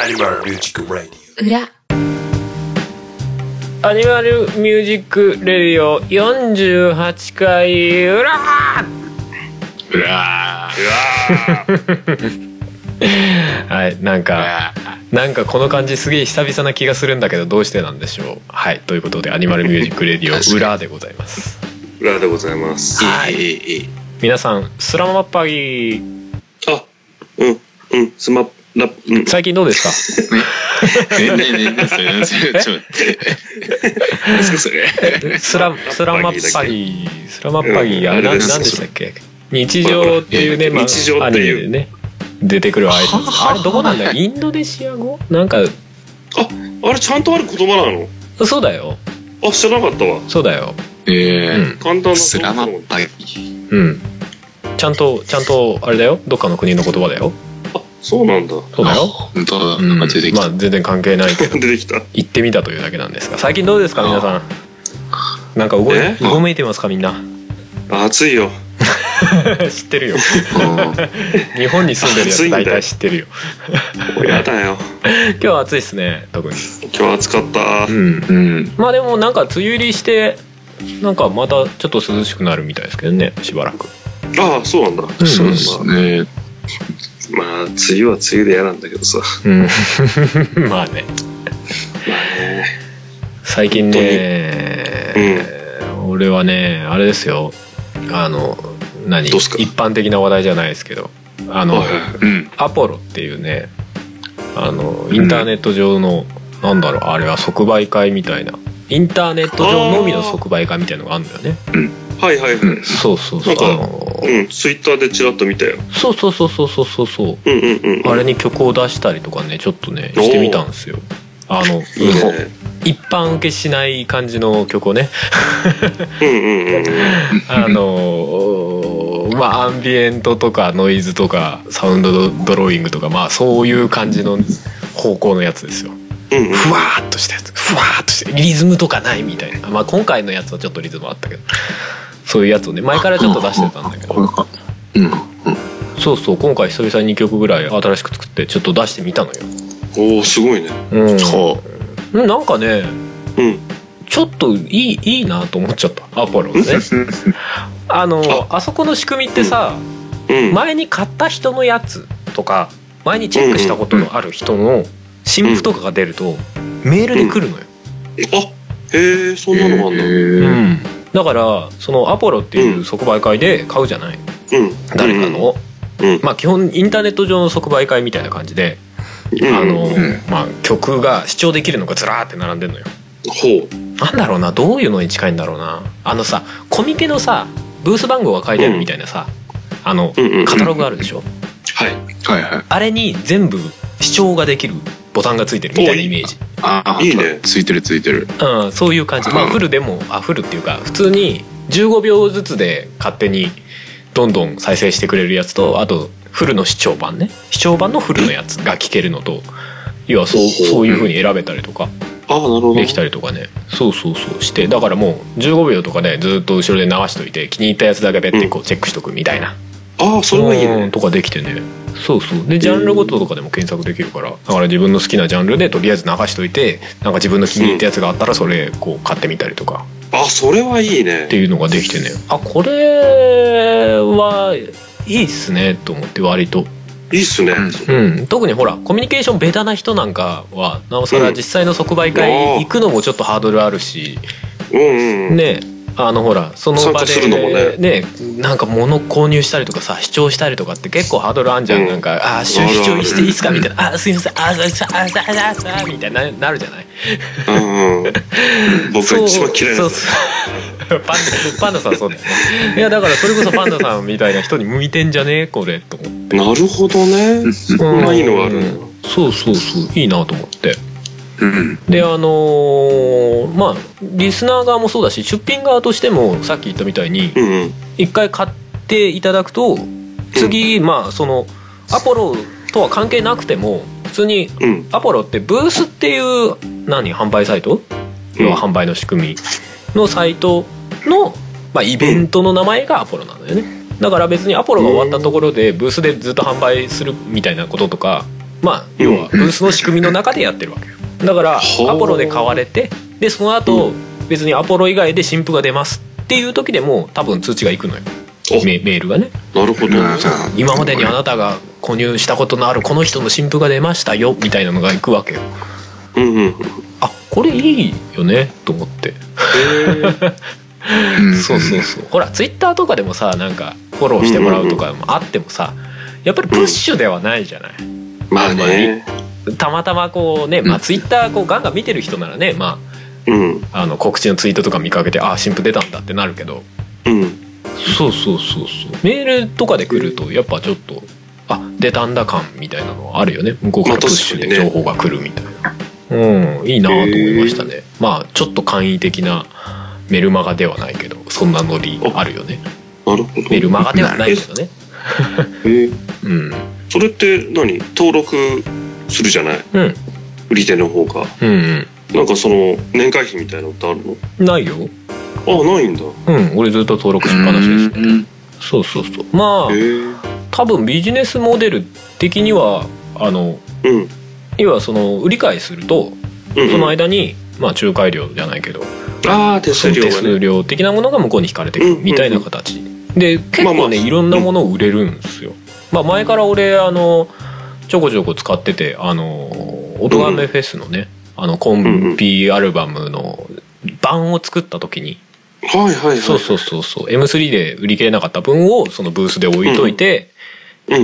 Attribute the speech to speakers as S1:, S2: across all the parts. S1: アニマルミュージックレディ
S2: 裏
S3: アニマルミュージックレディオ48回裏
S4: うわー
S3: はいなん
S4: う
S3: か
S4: わー
S3: なんかこの感じすげえ久々な気がするんだけどどうしてなんでしょうはいということでアニマルミュージックレディオ裏でございます
S1: オ裏でございます
S4: はいいいいい
S3: 皆さんスラマッパギ
S1: あうんうんスマラップうん
S3: 最近どうですか
S4: ねねねねそれねそれちょっと待って何ですかそれ
S3: スラスラマッパギスラマッパギ
S1: うん
S3: あ
S1: あ
S3: な
S1: れ
S3: んで
S1: です
S3: したっけ日常っていうね、まあ、
S1: 日常
S3: ア
S1: っ
S3: ニ
S1: て
S3: メ
S1: いう
S3: でね出てくるアイドルあれどこなんだよインドネシア語なんか
S1: あれちゃんとある言葉なの
S3: そうだよ
S1: あ知らなかったわ
S3: そうだよ
S4: え
S3: うん
S4: ー
S1: 簡単な
S4: スラマッパギ
S3: うん。ちゃんと、ちゃんと、あれだよ。どっかの国の言葉だよ。
S1: あそうなんだ
S3: そうだよ。
S4: 本当だ
S3: う
S4: なん
S3: ん、
S4: か出てき
S3: ま
S4: た
S3: あ、全然関係ないけど、
S1: 出てきた
S3: 行ってみたというだけなんですが、最近どうですか、皆さん。なんか動い、
S1: え
S3: うごめいてますか、みんな。
S1: あ暑いよ
S3: 知ってるよ。
S4: うん
S3: 日本に住んでるや
S1: 暑い
S3: つ、
S1: んだ
S3: 大
S1: よ
S3: 体知ってるよ。
S1: もうやだよ
S3: 今日は暑いですね、特に。
S1: 今日暑かった
S3: うん。
S4: うん
S3: まあ、でも、なんか梅雨入りして。なんかまたちょっと涼しくなるみたいですけどねしばらく
S1: ああそうなんだ、
S3: ん
S4: そうですね
S1: まあ、まあ梅雨は梅雨で嫌なんだけどさ
S3: うん ま
S1: まあ
S3: あね
S1: ね
S3: 最近ね、俺はねあれですよあの何
S1: どうっすか
S3: 一般的な話題じゃないですけどあの、
S1: はいはいはい
S4: うん
S3: アポロっていうねあのインターネット上の、なんだろうあれは即売会みたいなインターネット上のみの即売会みたいのがあるんだよね
S1: はいはいはい、
S4: うん
S3: そうそうそう
S1: なんか
S3: あの
S1: うん、ツイッターでちらっと見たよ。
S3: そうそうそうそうそうそうそう
S1: うんうんうん。
S3: あれに曲を出したりとかねちょっとねしてみたんですよあの
S1: いいね。
S3: 一般受けしない感じの曲をね
S1: うんうんうんうん。
S3: あのまあアンビエントとかノイズとかサウンドドローイングとかまあそういう感じの方向のやつですよ
S1: うんうん。
S3: ふわーっとしたやつふわーっとしてリズムとかないみたいなまあ今回のやつはちょっとリズムあったけどそういうやつをね前からちょっと出してたんだけ
S4: これ
S3: ど
S4: かうん
S3: そうそう今回久々に2曲ぐらい新しく作ってちょっと出してみたのよ
S1: おお、すごいね。
S3: う
S4: ほうん
S3: なんかね
S1: うん。
S3: ちょっといいいいなと思っちゃったア ポロのねあのあそこの仕組みってさ、
S1: うん。
S3: 前に買った人のやつとか前にチェックしたことのある人の新譜とかが出るとメールで来るのよ、
S1: あへえ、そんなのがあんだ。
S4: えー
S3: だからそのアポロっていう即売会で買うじゃない
S1: うん。
S3: 誰かのを、
S1: うん。うん。
S3: まあ基本インターネット上の即売会みたいな感じで、あの
S4: ん
S3: まあ、曲が視聴できるのがずらーって並んでんのよ
S1: ほう。
S3: なんだろうなどういうのに近いんだろうなあのさコミケのさブース番号が書いてあるみたいなさ、あの
S1: うんうん。
S3: カタログあるでしょ、
S1: はい。
S4: はいはい
S3: あれに全部視聴ができるボタンがついてるみたいなイメージ
S4: あ
S1: いいね
S4: ついてるついてる
S3: うん、そういう感じまあ
S4: うん
S3: フルでもあフルっていうか普通に15秒ずつで勝手にどんどん再生してくれるやつとあとフルの視聴版ね視聴版のフルのやつが聞けるのと要はそう
S1: ほう
S3: そういう風に選べたりとか
S1: ああ、なるほど。
S3: できた
S1: り。
S3: りとかねそうそうそうしてだからもう15秒とかでずっと後ろで流しといて気に入ったやつだけペッてこうチェックしとくみたいな、
S1: ああ、それはいい
S3: うん
S1: ね。
S3: とかできてねそうそうでジャンルごととかでも検索できるからだから自分の好きなジャンルでとりあえず流しといてなんか自分の気に入ったやつがあったらそれこう買ってみたりとか
S1: あそれはいい
S3: って
S1: ね。
S3: いうのができてねあこれはいいっすねと思って割と、
S1: いいっすね。
S3: うん、特にほらコミュニケーションベタな人なんかはなおさら
S1: うん
S3: 実際の即売会行くのもちょっとハードルあるし、
S1: うんうん。
S3: ねあのほらその
S1: 参
S3: 場
S1: 加
S3: です
S1: るのもね
S3: なんか物購入したりとかさ視聴したりとかって結構ハードルあんじゃん、
S1: うん
S3: なんか「あー視
S1: あるある
S3: 聴していいですか?」みたいな「あーすいませんあーすいませんあーすいませんあーすいませんあーすいません」みたいななるじゃない
S1: うんうん。僕が一番嫌いな
S3: そ
S1: や
S3: う
S1: つ。
S3: そうパンダパンダさんそうだよねいやだからそれこそパンダさんみたいな人に向いてんじゃねえこれと思って
S1: なるほどね。こんないいのがあるんだ。
S3: そうそうそういいなと思って
S4: うん
S3: であのーまあリスナー側もそうだし出品側としてもさっき言ったみたいに
S1: うんうん。
S3: 一回買っていただくと次まあそのアポロとは関係なくても普通に
S1: うん。
S3: アポロってブースっていう何販売サイト
S1: うん
S3: 要は販売の仕組みのサイトの、まあ、イベントの名前がアポロなんだよねだから別にアポロが終わったところでブースでずっと販売するみたいなこととかまあ要はブースの仕組みの中でやってるわけよだから
S4: ほう
S3: アポロで買われてでその後別にアポロ以外で新譜が出ますっていう時でも多分通知が行くのよ
S4: お
S3: メメールがね
S4: なるほど。
S3: 今までにあなたが購入したことのあるこの人の新譜が出ましたよみたいなのが行くわけよ
S1: うんうん。
S3: あこれいいよねと思って
S4: うん
S3: そうそうそうほらツイッターとかでもさなんかフォローしてもらうとかもあってもさやっぱりプッシュではないじゃない
S1: まあね。
S3: たまたまこうね、まあ、
S4: うん
S3: ツイッターこうガンガン見てる人ならね、ま
S1: うん。
S3: あ、あの告知のツイートとか見かけてああ新婦出たんだってなるけど
S1: うん。
S3: そうそうそうそうメールとかで来るとやっぱちょっとあ出たんだ感みたいなのはあるよね向こうから
S1: まあ
S3: プッシュ
S1: 確か
S3: で
S1: にね
S3: 情報が来るみたいな、うんいいなと思いましたね、まあちょっと簡易的なメルマガではないけどそんなノリあるよね
S1: なるほど。
S3: メルマガではないけどね
S1: ええ
S3: うん
S1: それって何登録するじゃない
S3: うん
S1: 売り手の方が。
S3: うん
S1: なんかその年会費みたいなのってあるの
S3: うんないよ
S1: あ、ないんだ。
S3: うん俺ずっと登録しっぱなしですね
S4: うん
S3: そうそうそうまあ
S1: へえ
S3: 多分ビジネスモデル的にはあの
S1: うん。
S3: 要はその売り買いすると
S1: うん。
S3: その間に、まあ、仲介料じゃないけど
S1: ああ、手数
S3: その
S1: 料
S3: 手
S1: が
S3: 数
S1: ね。
S3: 料的なものが向こうに引かれてくるみたいな形、で結
S1: まあ
S3: 構
S1: まあ
S3: ねいろんなものを売れるんですよ、まあ、前から俺あのちょこちょこ使っててあの音がめフェスのねあのコンビアルバムの版を作った時に
S1: はいはいはい。
S3: そうそうそうそう M3 で売り切れなかった分をそのブースで置いといて、
S1: う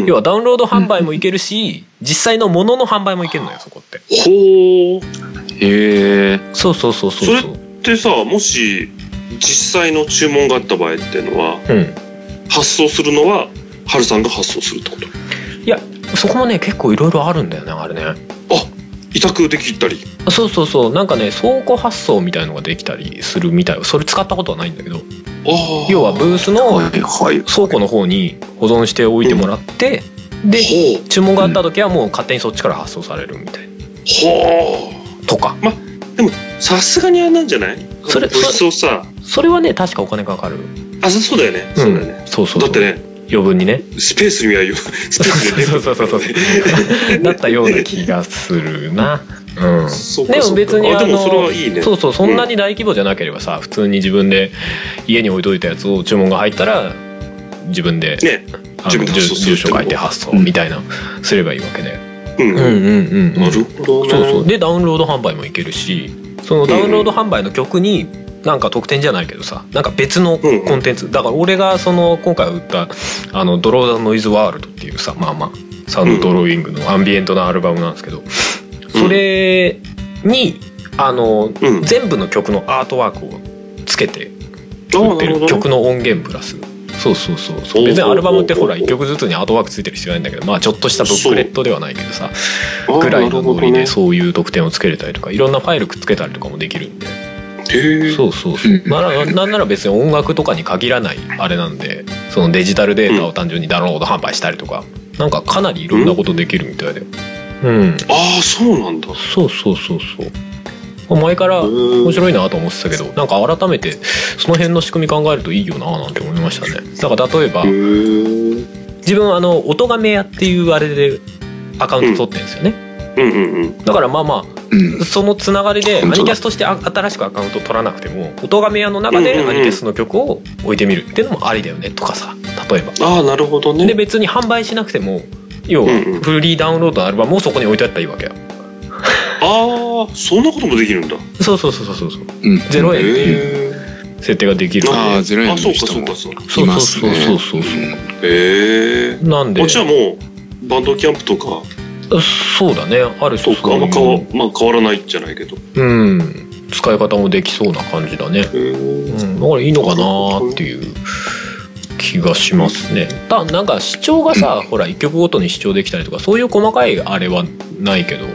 S1: ん。
S3: 要はダウンロード販売もいけるし、実際のものの販売もいけるのよそこって
S1: ほー。
S4: へえ。
S3: そうそうそうそうそう
S1: でさ、もし実際の注文があった場合っていうのは、
S3: うん
S1: 発送するのは、はるさんが発送するってこと
S3: そこもね結構いろいろあるんだよねあれね
S1: 委託できたり。
S3: そうそうそうなんかね倉庫発送みたいのができたりするみたいそれ使ったことはないんだけど
S1: ああ。
S3: 要はブースの
S4: はいはい。
S3: 倉庫の方に保存しておいてもらって、で
S1: ほう。
S3: 注文があった時はもう勝手にそっちから発送されるみたい
S1: ほー。
S3: とか
S1: さすがにあれなんじゃない
S3: それ
S1: 物質をさ
S3: それはね確かお金かかる
S1: あそそうだよね、そうだよね
S3: そうそう
S1: だ
S3: そう
S1: ってね
S3: 余分にね
S1: スペースにはよスペースにはね
S3: そうそうそうそうそう だったような気がするなうん
S1: そうか
S3: でも
S1: そうか
S3: 別に
S1: あでも
S3: あの
S1: それはいいね
S3: そうそうそんなに大規模じゃなければさ、普通に自分で家に置いといたやつを注文が入ったら自分で、
S1: ね
S3: あの
S1: 自分で
S3: 住
S1: 発送す
S3: 住
S1: る
S3: 所書いて発送
S4: うん
S3: みたいな、すればいいわけで、
S1: うん、
S3: うんうん
S1: なるほどね
S3: そうそうでダウンロード販売もいけるしそのダウンロード販売の曲になんか特典じゃないけどさなんか別のコンテンツ、だから俺がその今回売った「あのドローザ・ノイズ・ワールド」っていうさまあまあサウンドドローイングのアンビエントなアルバムなんですけど、それにあの
S1: うん
S3: 全部の曲のアートワークをつけて
S1: あ
S3: 売
S1: あ
S3: っ
S1: な
S3: て
S1: るほ
S3: る
S1: どね
S3: 曲の音源プラスそうそうそうそ
S1: お
S3: う
S1: う
S3: 別にアルバムってほら
S1: おうおうお
S3: 1
S1: う
S3: 曲ずつにアートワークついてる必要ないんだけどまあちょっとしたブックレットではないけどさ
S1: ああ
S3: ぐらいのノリ
S1: な
S3: で
S1: るほ
S3: そういう特典をつけれたりとかいろんなファイルくっつけたりとかもできるんで
S1: どねへえ
S3: そうそうそう
S4: うん
S3: ならなんなら別に音楽とかに限らないあれなんでそのデジタルデータを単純にダウンロード販売したりとかなんかかなりいろんなことできるみたいだようん
S1: ああそうなんだ
S3: そうそうそうそう前から面
S1: 面
S3: 白いなと思ってたけどなんか改めてその辺の仕組み考えるといいよななんて思いましたねだから例えば
S1: へえ
S3: 自分あの音亀屋っていうあれでアカウント取ってるんですよね
S1: うんうんうん
S3: だからまあまあ
S4: うん。
S3: そのつながりでア
S4: 本当だ
S3: ニキャスとしてあ新しくアカウント取らなくても音亀屋の中
S1: うん
S3: で
S1: うんうん
S3: アニキャスの曲を置いてみるっていうのもありだよねとかさ例えば。
S1: ああなるほどね
S3: で別に販売しなくても要は
S1: うんうん
S3: フリーダウンロードのアルバムをそこに置いてあったらいいわけよ。
S1: ああそんなこともできるんだ
S3: そうそうそうそうそうそう
S4: うん。
S3: ゼロ
S1: へ
S3: 円っていう
S1: え
S3: 設定ができるの
S4: ああ、ゼロ円の
S1: あそうか
S4: 人
S1: そう
S4: も
S1: か。そうか
S3: そうそうそうそうそう
S4: いますね
S1: へえ
S3: なんで
S1: こっちはもうバンドキャンプとか
S3: そうだねある
S1: そ
S3: 種
S1: うかあんま変わ,、まあ、変わらないじゃないけどへ
S3: うん使い方もできそうな感じだね、う
S1: え
S3: ん、だからいいのかなっていう気がしますねただなんか視聴がさ、ほら1曲ごとに視聴できたりとかそういう細かいあれはないけど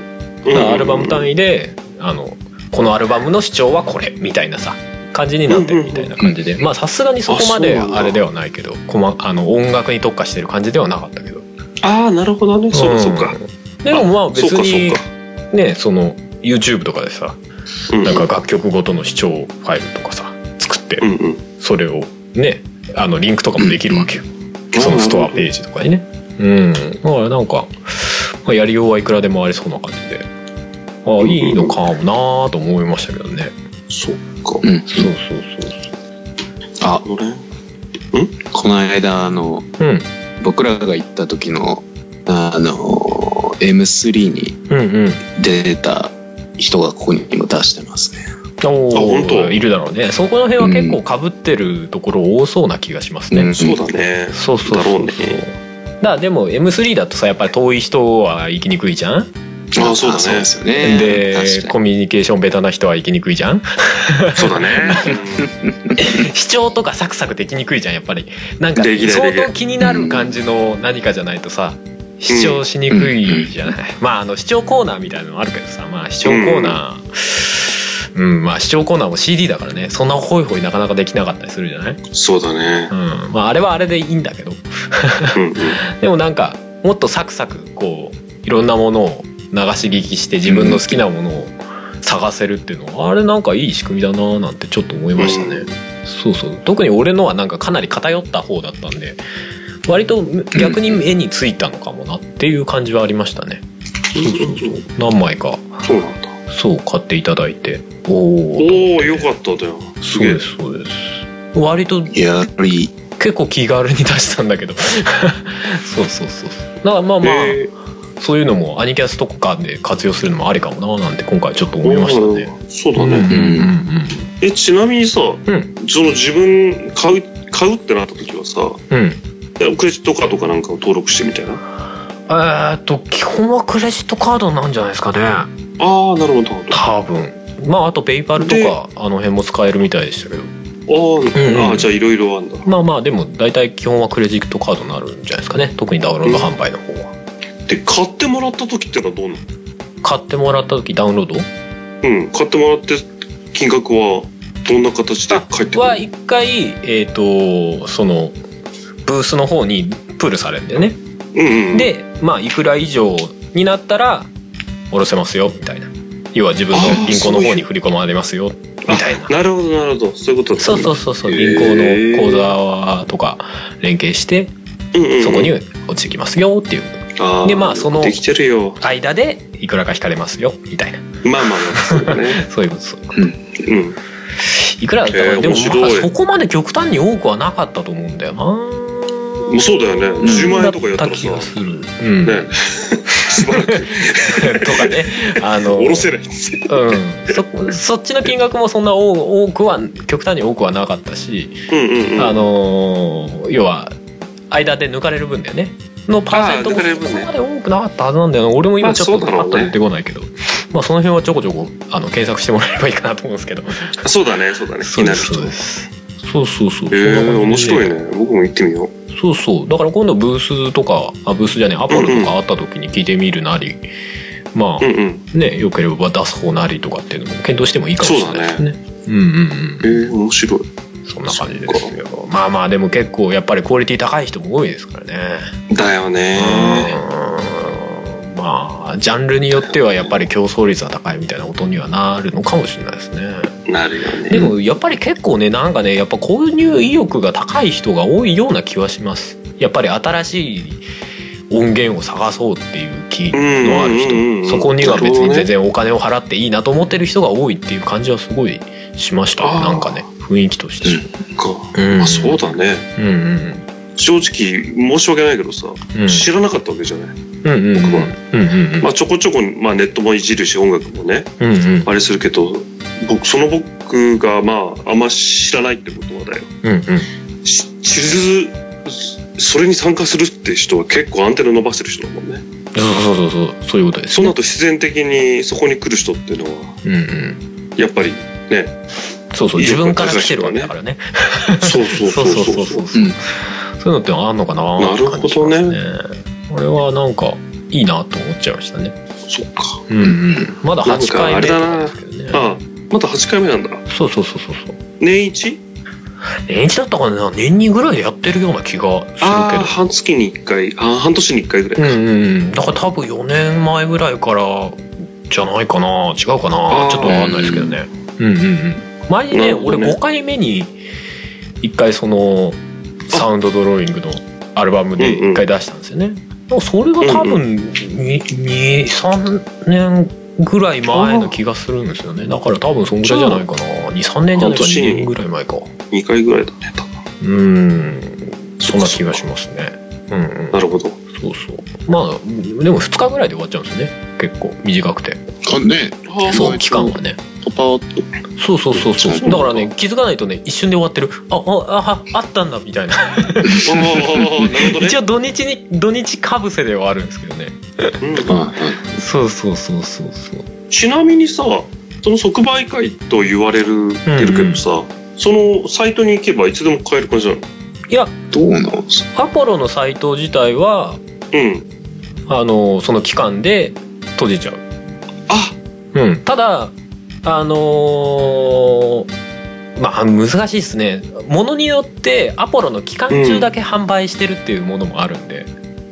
S3: ただアルバム単位であのこのアルバムの視聴はこれみたいなさ感じになってるみたいな感じでまあさすがにそこまで
S1: あそうなんだ
S3: あれではないけどこまあの音楽に特化してる感じではなかったけど
S1: ああなるほどねそうかそうか、
S3: うんでもまあ別
S1: そうか
S3: に
S1: そうか
S3: ねその YouTube とかでさ
S1: うん
S3: なんか楽曲ごとの視聴ファイルとかさ作って
S1: うんうん
S3: それをねあのリンクとかもできるわけよ
S1: うん
S3: そのストアページとかにねうんだからなんかまあ、やりようはいくらでもありそうな感じでああいいのかもなーと思いましたけどね
S1: そっか。
S4: うん。
S3: そうそうそう
S4: あ、
S1: これ
S4: この間、あの、
S3: そう、うん、
S4: 僕らが行った時の、あの、M3 に
S3: うんうん
S4: 出た人がここにも出してますね。
S3: おー
S1: あ本当
S3: いるだろうねそこの辺は結構被ってるところ多そうな気がしますね、
S4: うん
S1: そうだね。
S3: そうそうそうそう
S1: だろうね
S3: だからでも M3 だとさやっぱり遠い人は行きにくいじゃん、
S1: あそうだね
S4: ですよね。
S3: で
S4: 確か
S3: コミュニケーションベタな人は行きにくいじゃん
S1: そう だね。
S3: 主張とかサクサクできにくいじゃんやっぱりなんか
S1: できない
S3: 相
S1: できな
S3: 当気になる感じの何かじゃないとさ主張しにくいじゃない、まああの視聴コーナーみたいなのあるけどさまあ視聴コーナーうん、まあ視聴コーナーも CD だからねそんなホイホイなかなかできなかったりするじゃない
S1: うんそうだね。
S3: うんまあ、あれはあれでいいんだけど
S1: うん うん。
S3: でもなんかもっとサクサクこういろんなものを流し聞きして自分の好きなものを探せるっていうのは、あれなんかいい仕組みだなーなんてちょっと思いましたね、
S1: う
S3: そうそう特に俺のはなんかかなり偏った方だったんで割と逆に目についたのかもなっていう感じはありましたね、そうそうそう何枚か
S1: そうなんだ。
S3: そう買っていただいておお
S1: おおよかっただよ。す
S3: そう
S1: げえ
S3: で。すそうです割と
S4: にやっぱり、
S3: 結構気軽に出したんだけど そうそうそうだからまあまあ、
S1: えー
S3: そういうのもアニキャスとかで活用するのもありかもななんて今回ちょっと思いましたね。
S1: おーそうだね。
S3: うんうん
S1: えちなみにさ、
S3: ん
S1: その自分買う買うってなった時はさ
S3: うんうん。
S1: クレジットカードかなんかを登録してみたいな
S3: えーっと基本はクレジットカードなんじゃないですかね。
S1: ああなるほどなる
S3: 多分。まああとペイパルと
S1: で
S3: かあの辺も使えるみたいでしたけど。
S1: ほどあー、
S3: うんうん
S1: あーじゃあいろいろあんだ
S3: まあまあでも大体基本はクレジットカードになるんじゃないですかね。特にダウンロード販売の方は。
S1: で買ってもらった時ってのはどうなの
S3: 買ってもらった時ダウンロード
S1: うん買ってもらって金額はどんな形で返ってくる
S3: は一回えーっ、とそのブースの方にプールされるんだよね。
S1: うんうん
S3: でまあいくら以上になったら下ろせますよみたいな要は自分の銀行の方に振り込まれますよみたいな
S1: あなるほどなるほどそういうことだ
S3: そうそうそうそう
S1: へ
S3: 銀行
S1: ー
S3: の口座とか連携して
S1: うんうんうん
S3: そこに落ちてきますよっていう
S1: あー
S3: でまあその
S1: できてるよ
S3: 間でいくらか引かれますよみたいな
S1: まあまあまあそうだね
S3: そういうことそういうこと
S1: う ん
S3: いくらだったかな
S1: へー
S3: でも
S1: 面
S3: ま
S1: 白
S3: あ
S1: い
S3: そこまで極端に多くはなかったと思うんだよな
S1: もうそうだよね
S4: ん
S1: 10万円とかやったら
S3: 気が
S1: さ
S3: するうん
S1: ね しばらく
S3: とかねあの
S1: 下ろせない
S3: うん、そそっちの金額もそんな多多くは極端に多くはなかったし、
S1: うんうんうん
S3: あのー要は間で抜かれる分だよねのパーセントも
S1: あー抜かれる分ね
S3: そこまで多くなかったはずなんだよな、俺も
S1: ま
S3: 今
S1: あ
S3: ちょ
S1: そう
S3: っとパ
S1: だろう
S3: ッ
S1: ね
S3: と言ってこないけど、まあその辺はちょこちょこあの検索してもらえればいいかなと思うんですけど
S1: そうだねそうだね気
S3: そう
S1: にな
S3: で
S1: る
S3: す
S1: 人
S3: そうですそうそうそう、
S1: へ
S3: そんな
S1: え
S3: 感
S1: 面
S3: じで
S1: 白いね僕も行ってみよう
S3: そうそうだから今度ブースとかあブースじゃねえアポロとかあった時に聞いてみるなり、まあ、
S1: うんうん
S3: ね、良ければ出す方なりとかっていうのも検討してもいいかもしれないですね。うんうん
S1: えー、面白い
S3: うん。そんな感じですよ。まあまあでも結構やっぱりクオリティ高い人も多いですからね。
S1: だよね
S3: うんまあジャンルによってはやっぱり競争率が高いみたいなことにはなるのかもしれないですね。
S1: なるよね
S3: でもやっぱり結構ねなんかねやっぱ購入意欲が高い人が多いような気はします。やっぱり新しい音源を探そうっていう気のある
S1: うんうんうんう
S3: 人
S1: ん
S3: そこには別
S1: なるほ
S3: に
S1: どね
S3: 全然お金を払っていいなと思ってる人が多いっていう感じはすごいしましたね
S1: あー
S3: なんかね雰囲気として。
S1: か、
S3: うん
S1: あそうだね
S3: うんうん
S1: 正直申し訳ないけどさ、
S3: うん
S1: 知らなかったわけじゃない、
S3: うんうんうん
S1: 僕は
S3: うんうんうん
S1: まあ、ちょこちょこ、まあ、ネットもいじるし音楽もね
S3: うんうん
S1: あれするけど僕その僕がまああんま知らないってことはだよ
S3: うんうん
S1: し知るそれに参加するって人は結構アンテナ伸ばしてる人だもんね
S3: そうそうそうそうそういうことです。
S1: そうなると必然的にそこに来る人っていうのは
S3: うんうん
S1: やっぱりね
S3: そうそう
S1: いい
S3: 自
S1: よ
S3: 分から来てるわけだからね。
S1: そうそう
S3: そ
S1: そうう
S3: そうそ
S1: そうう
S3: そ
S1: そう
S3: う。そう
S4: う
S3: い
S4: ん
S3: うのってあんのかな
S1: なるほどね
S3: って感じしますねこれはなんかいいなと思っちゃいましたね。
S1: そっか
S3: うんうん。まだ8回目と
S1: な
S3: か
S1: んかあれだな
S3: ですけどね。
S1: ああまだ8回目なんだ
S3: そうそうそうそうそう。
S1: 年一
S3: 年一だったかな年にぐらいでやってるような気がする
S1: ああ
S3: け
S1: 半月に1回ああ半年に1回ぐらい
S3: ど。
S1: か、
S3: うんうん。だから多分4年前ぐらいからじゃないかな違うか
S1: あー
S3: なちょっとわかんないですけどね。うんうんうん。前にね
S1: なるほ
S3: 俺
S1: どね
S3: 5回目に1回そのサウンドドローイングのアルバムで1回出したんですよね。なんかそれが多分23年ぐらい前の気がするんですよねだから多分そんぐらいじゃないかな23年じゃないか
S1: 半年
S3: 2年ぐらい前か
S1: 2回ぐらいだね多分
S3: うんそんな気がしますねうんうん
S1: なるほど
S3: そうそうまあでも2日ぐらいで終わっちゃうんですね結構短くて
S4: かね
S1: あ
S3: そう
S4: 意外と
S3: 期間はね
S4: パパッと
S3: そうそうそうそ
S4: そうう
S3: だからね気づかないとね一瞬で終わってるああああったんだみたいな
S1: ああなるほどね
S3: 一応土日に土日かぶせではあるんですけどね
S1: うん
S4: あ
S3: そうそうそうそうそう
S1: ちなみにさその即売会と言われるてるけどさ、そのサイトに行けばいつでも買える感じなの
S3: いや
S4: どうなんですか
S3: アポロのサイト自体は
S1: うん
S3: あのその期間で閉じちゃう、
S1: あ
S3: うん、ただあのーまあ難しいですねものによってアポロの期間中だけ販売してるっていうものもあるんで、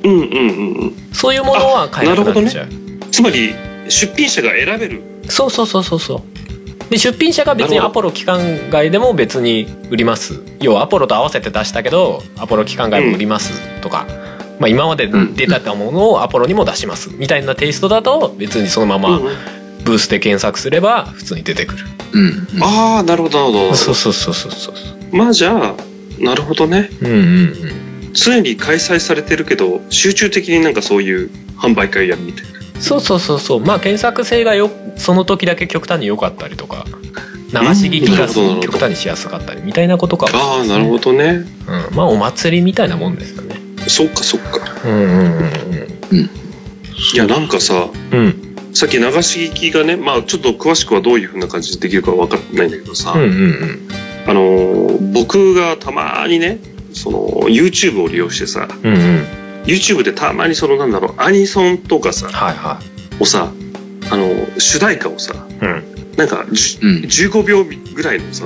S1: うんうんうんうん
S3: そういうものは買えなくなっちゃう、
S1: つまり出品者が選べる
S3: そうそうそうそうそうで出品者が別に
S1: なるほど
S3: アポロ期間外でも別に売ります要はアポロと合わせて出したけどアポロ期間外も売りますとか、まあ、今まで出たものをアポロにも出しますみたいなテイストだと別にそのまま
S1: うんうん
S3: ブースで検索すれば普通に出てくる、
S4: うん
S1: ああなるほどなるほ
S3: そ
S1: ど
S3: うそうそうそうそう
S1: まあじゃあなるほどね
S3: うんうんうん
S1: 常に開催されてるけど集中的になんかそういう販売会やるみたいな
S3: そうそうそうそうまあ検索性がよその時だけ極端に良かったりとか流し聞きがすごい極端にしやすかったりみたいなことかもしれ
S1: ああ
S3: いですね
S1: なるほどね
S3: うん、まあお祭りみたいなもんですよね
S1: そっかそっか
S3: うんうんうんうん
S1: いやなんかさ
S3: うん
S1: さっき流し聞きがねまあちょっと詳しくはどういうふうな感じでできるかわかんないんだけどさ、
S3: うんうん
S1: あのー僕がたまにねその YouTube を利用してさ
S3: うんうんうん
S1: YouTube でたまにそのなんだろうアニソンとかさ
S3: はいは
S1: をさあのー主題歌をさ
S3: いうん
S1: なんかじ
S4: うん
S1: 15秒ぐらいのさ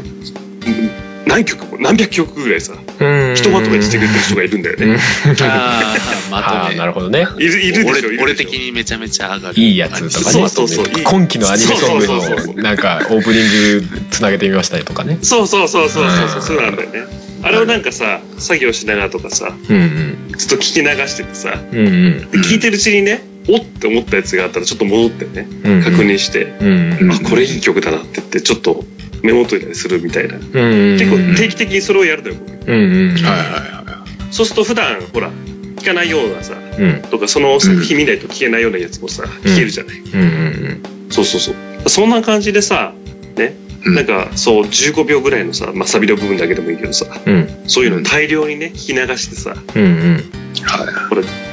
S1: 何曲も何百曲ぐらいさ
S3: うん
S1: ひとまとめにしてくれてる人がいるんだよね、
S4: あーま
S3: あ
S4: と
S3: あ
S4: め
S3: なるほどね
S1: いるいるでしょいるでしょ
S4: 俺俺的にめちゃめちゃ上がる
S3: いいやつとかね
S1: そうそうそういい
S3: 今期のアニメソング
S1: そうそうそうそう
S3: のなんかオープニングつなげてみましたりとかね
S1: そうそうそうそうそう
S3: う
S1: そ
S3: ん
S1: うそうなんだよねあれをなんかさ作業しながらとかさ
S3: うんうん
S1: ずっと聞き流しててさ
S3: うんうん
S1: で
S4: うん
S1: 聞いてるうちにねおって思ったやつがあったらちょっと戻ってね
S3: うんうん
S1: 確認して、
S3: うん
S4: うん
S1: あこれいい曲だなって言ってちょっとメモっといたりするみたいな
S3: うん
S1: 結構定期的にそれをやるのよ僕
S3: うんうん
S4: はいはいは
S1: そうすると普段ほら聞かないようなさ
S3: うん
S1: とかその作品見ないと聞けないようなやつもさ聞けるじゃない、
S3: うんうん
S1: そうそうそうそんな感じでさね
S4: うん
S1: なんかそう15秒ぐらいのさ、まあ、サビの部分だけでもいいけどさ
S3: うん
S1: そういうの大量にね聞き流してさ
S3: うん うん
S4: いは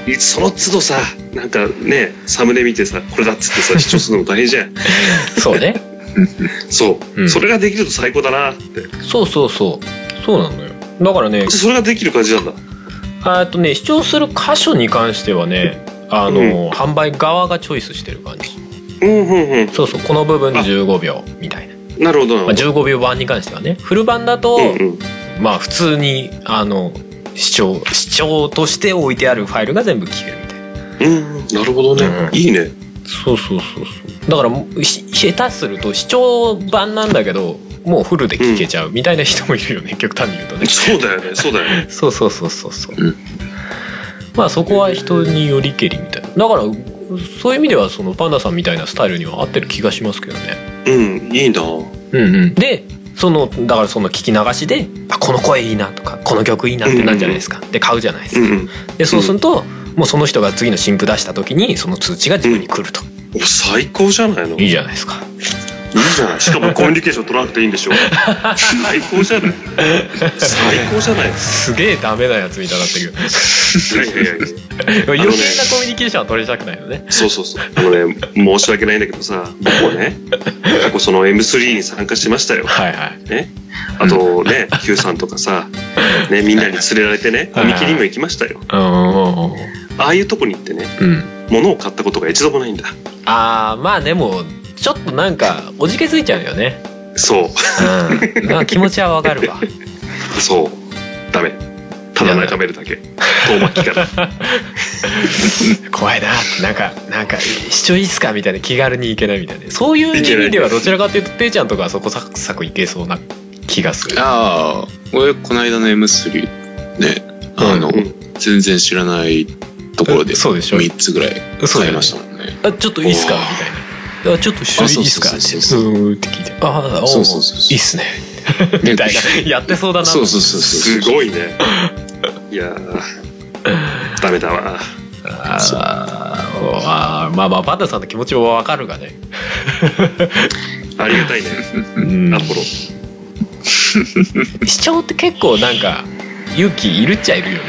S4: い
S1: その都度さなんかねサムネ見てさこれだっつって さ主張するのも大変じゃん
S3: そうね
S1: そう、
S3: うん
S1: それができると最高だなって
S3: そうそうそうそうなのよだからね
S1: それができる感じなんだ
S3: あとね主張する箇所に関してはねあの、
S1: うん
S3: 販売側がチョイスしてる感じ
S1: うんうんうん
S3: そうそうこの部分
S1: あ
S3: 15秒みたいな、
S1: なるほどなる
S3: まあ、
S1: ほど、
S3: 15秒版に関してはねフル版だと、
S1: うんうん
S3: まあ普通にあの視聴視聴として置いてあるファイルが全部聞けるみたいな
S1: うん、なるほどね、
S3: うん
S1: いいね
S3: そうそうそうそうだからもうし下手すると視聴版なんだけどもうフルで聞けちゃうみたいな人もいるよね、極端に言うとね
S1: そうだよねそうだよね
S3: そうそうそうそうそう、
S4: うん
S3: まあそこは人によりけりみたいなだからそういう意味ではそのパンダさんみたいなスタイルには合ってる気がしますけどね
S1: うんいいな
S3: うんうんでそのだからその聞き流しで「あこの声いいな」とか「この曲いいな」ってなんじゃないですか、で買うじゃないです
S1: う
S3: か、
S1: ん
S3: でそうすると、もうその人が次の新譜出した時にその通知が自分に来ると、
S1: うん最高じゃないの
S3: いいじゃないですか
S1: いいじゃない。しかもコミュニケーション取らなくていいんでし ょ。最高じゃない。最高じゃない。
S3: すげえダメなやつみたいになってるけ
S1: いやいやいや
S3: ど
S1: ね
S3: 余計なコミュニケーションは取りたくないよね
S1: そうそうそう。あのね、申し訳ないんだけどさ、僕もね、過去その M3 に参加しましたよ。
S3: はいはい
S1: あとね、Q さんとかさ、ね、みんなに連れられてね、
S3: はい
S1: 踏切にも行きましたよ。
S3: うんうん
S1: ああいうとこに行ってね、
S3: うんうん
S1: 物を買ったことが一度もないんだ。
S3: あーまあでもちょっとなんかおじけづいちゃうよね
S1: そ
S3: うんまあ気持ちはわかるわ
S1: う、そう、ダメ。ただ眺めるだけ。遠巻きから。
S3: 怖いななんかなんか視聴いいっすかみたいな気軽に行けないみたいなそういう意
S1: いけない
S3: 味ではどちらかというとていちゃんとかはそこサクサク行けそうな気がする
S4: ああ俺この間の M3 ねあの、
S1: うん
S4: 全然知らないところで
S3: えそうでしょ
S4: 3つぐらい
S3: そうだ
S4: 買
S3: よ
S4: いま
S3: ね
S4: したもんね
S3: あちょっといいっすか
S4: おー
S3: みたいなあちょっと種類いいっすかって
S4: そうそうそうそう
S3: ーんって聞いてああ
S4: そうそうそうそう
S3: いいっすね みたいな やってそうだな
S4: そうそうそう
S1: す
S4: そう
S1: ごいね。いやー、ダメだわ。
S3: あーあーまあまあパンダさんの気持ちもわかるがね
S1: ありがたいね、
S3: うん
S1: アポロ。
S3: 主張って結構なんか勇気いるっちゃいるよね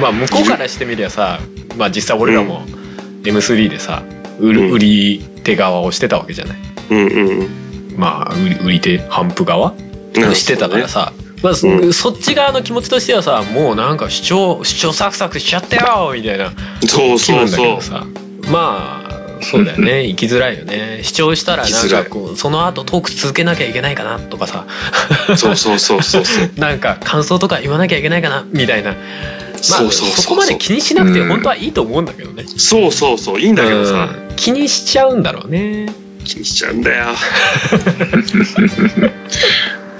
S3: まあ向こうからしてみりゃさまあ実際俺らも M3 でさ売る
S1: うん
S3: 売り手側をしてたわけじゃない
S1: うんうん
S3: まあ売り売り手反布側
S1: うん。
S3: してたからさ、まあそ
S1: うん
S3: そっち側の気持ちとしてはさもうなんか主張主張サクサクしちゃってよみたいな
S1: そう
S3: 気
S1: そ
S3: 分
S1: う
S3: だけ
S1: そう
S3: ど。さまあそうだよね生きづらいよね主張したらなんかこうその後トーク続けなきゃいけないかなとかさ
S1: そうそうそうそうそう。
S3: なんか感想とか言わなきゃいけないかなみたいなまあ
S1: そうそう
S3: そこまで気にしなくて
S4: うん
S3: 本当はいいと思うんだけどね、
S1: そうそうそう。いいんだけどさ、
S3: うん気にしちゃうんだろうね
S1: 気にしちゃうんだよ。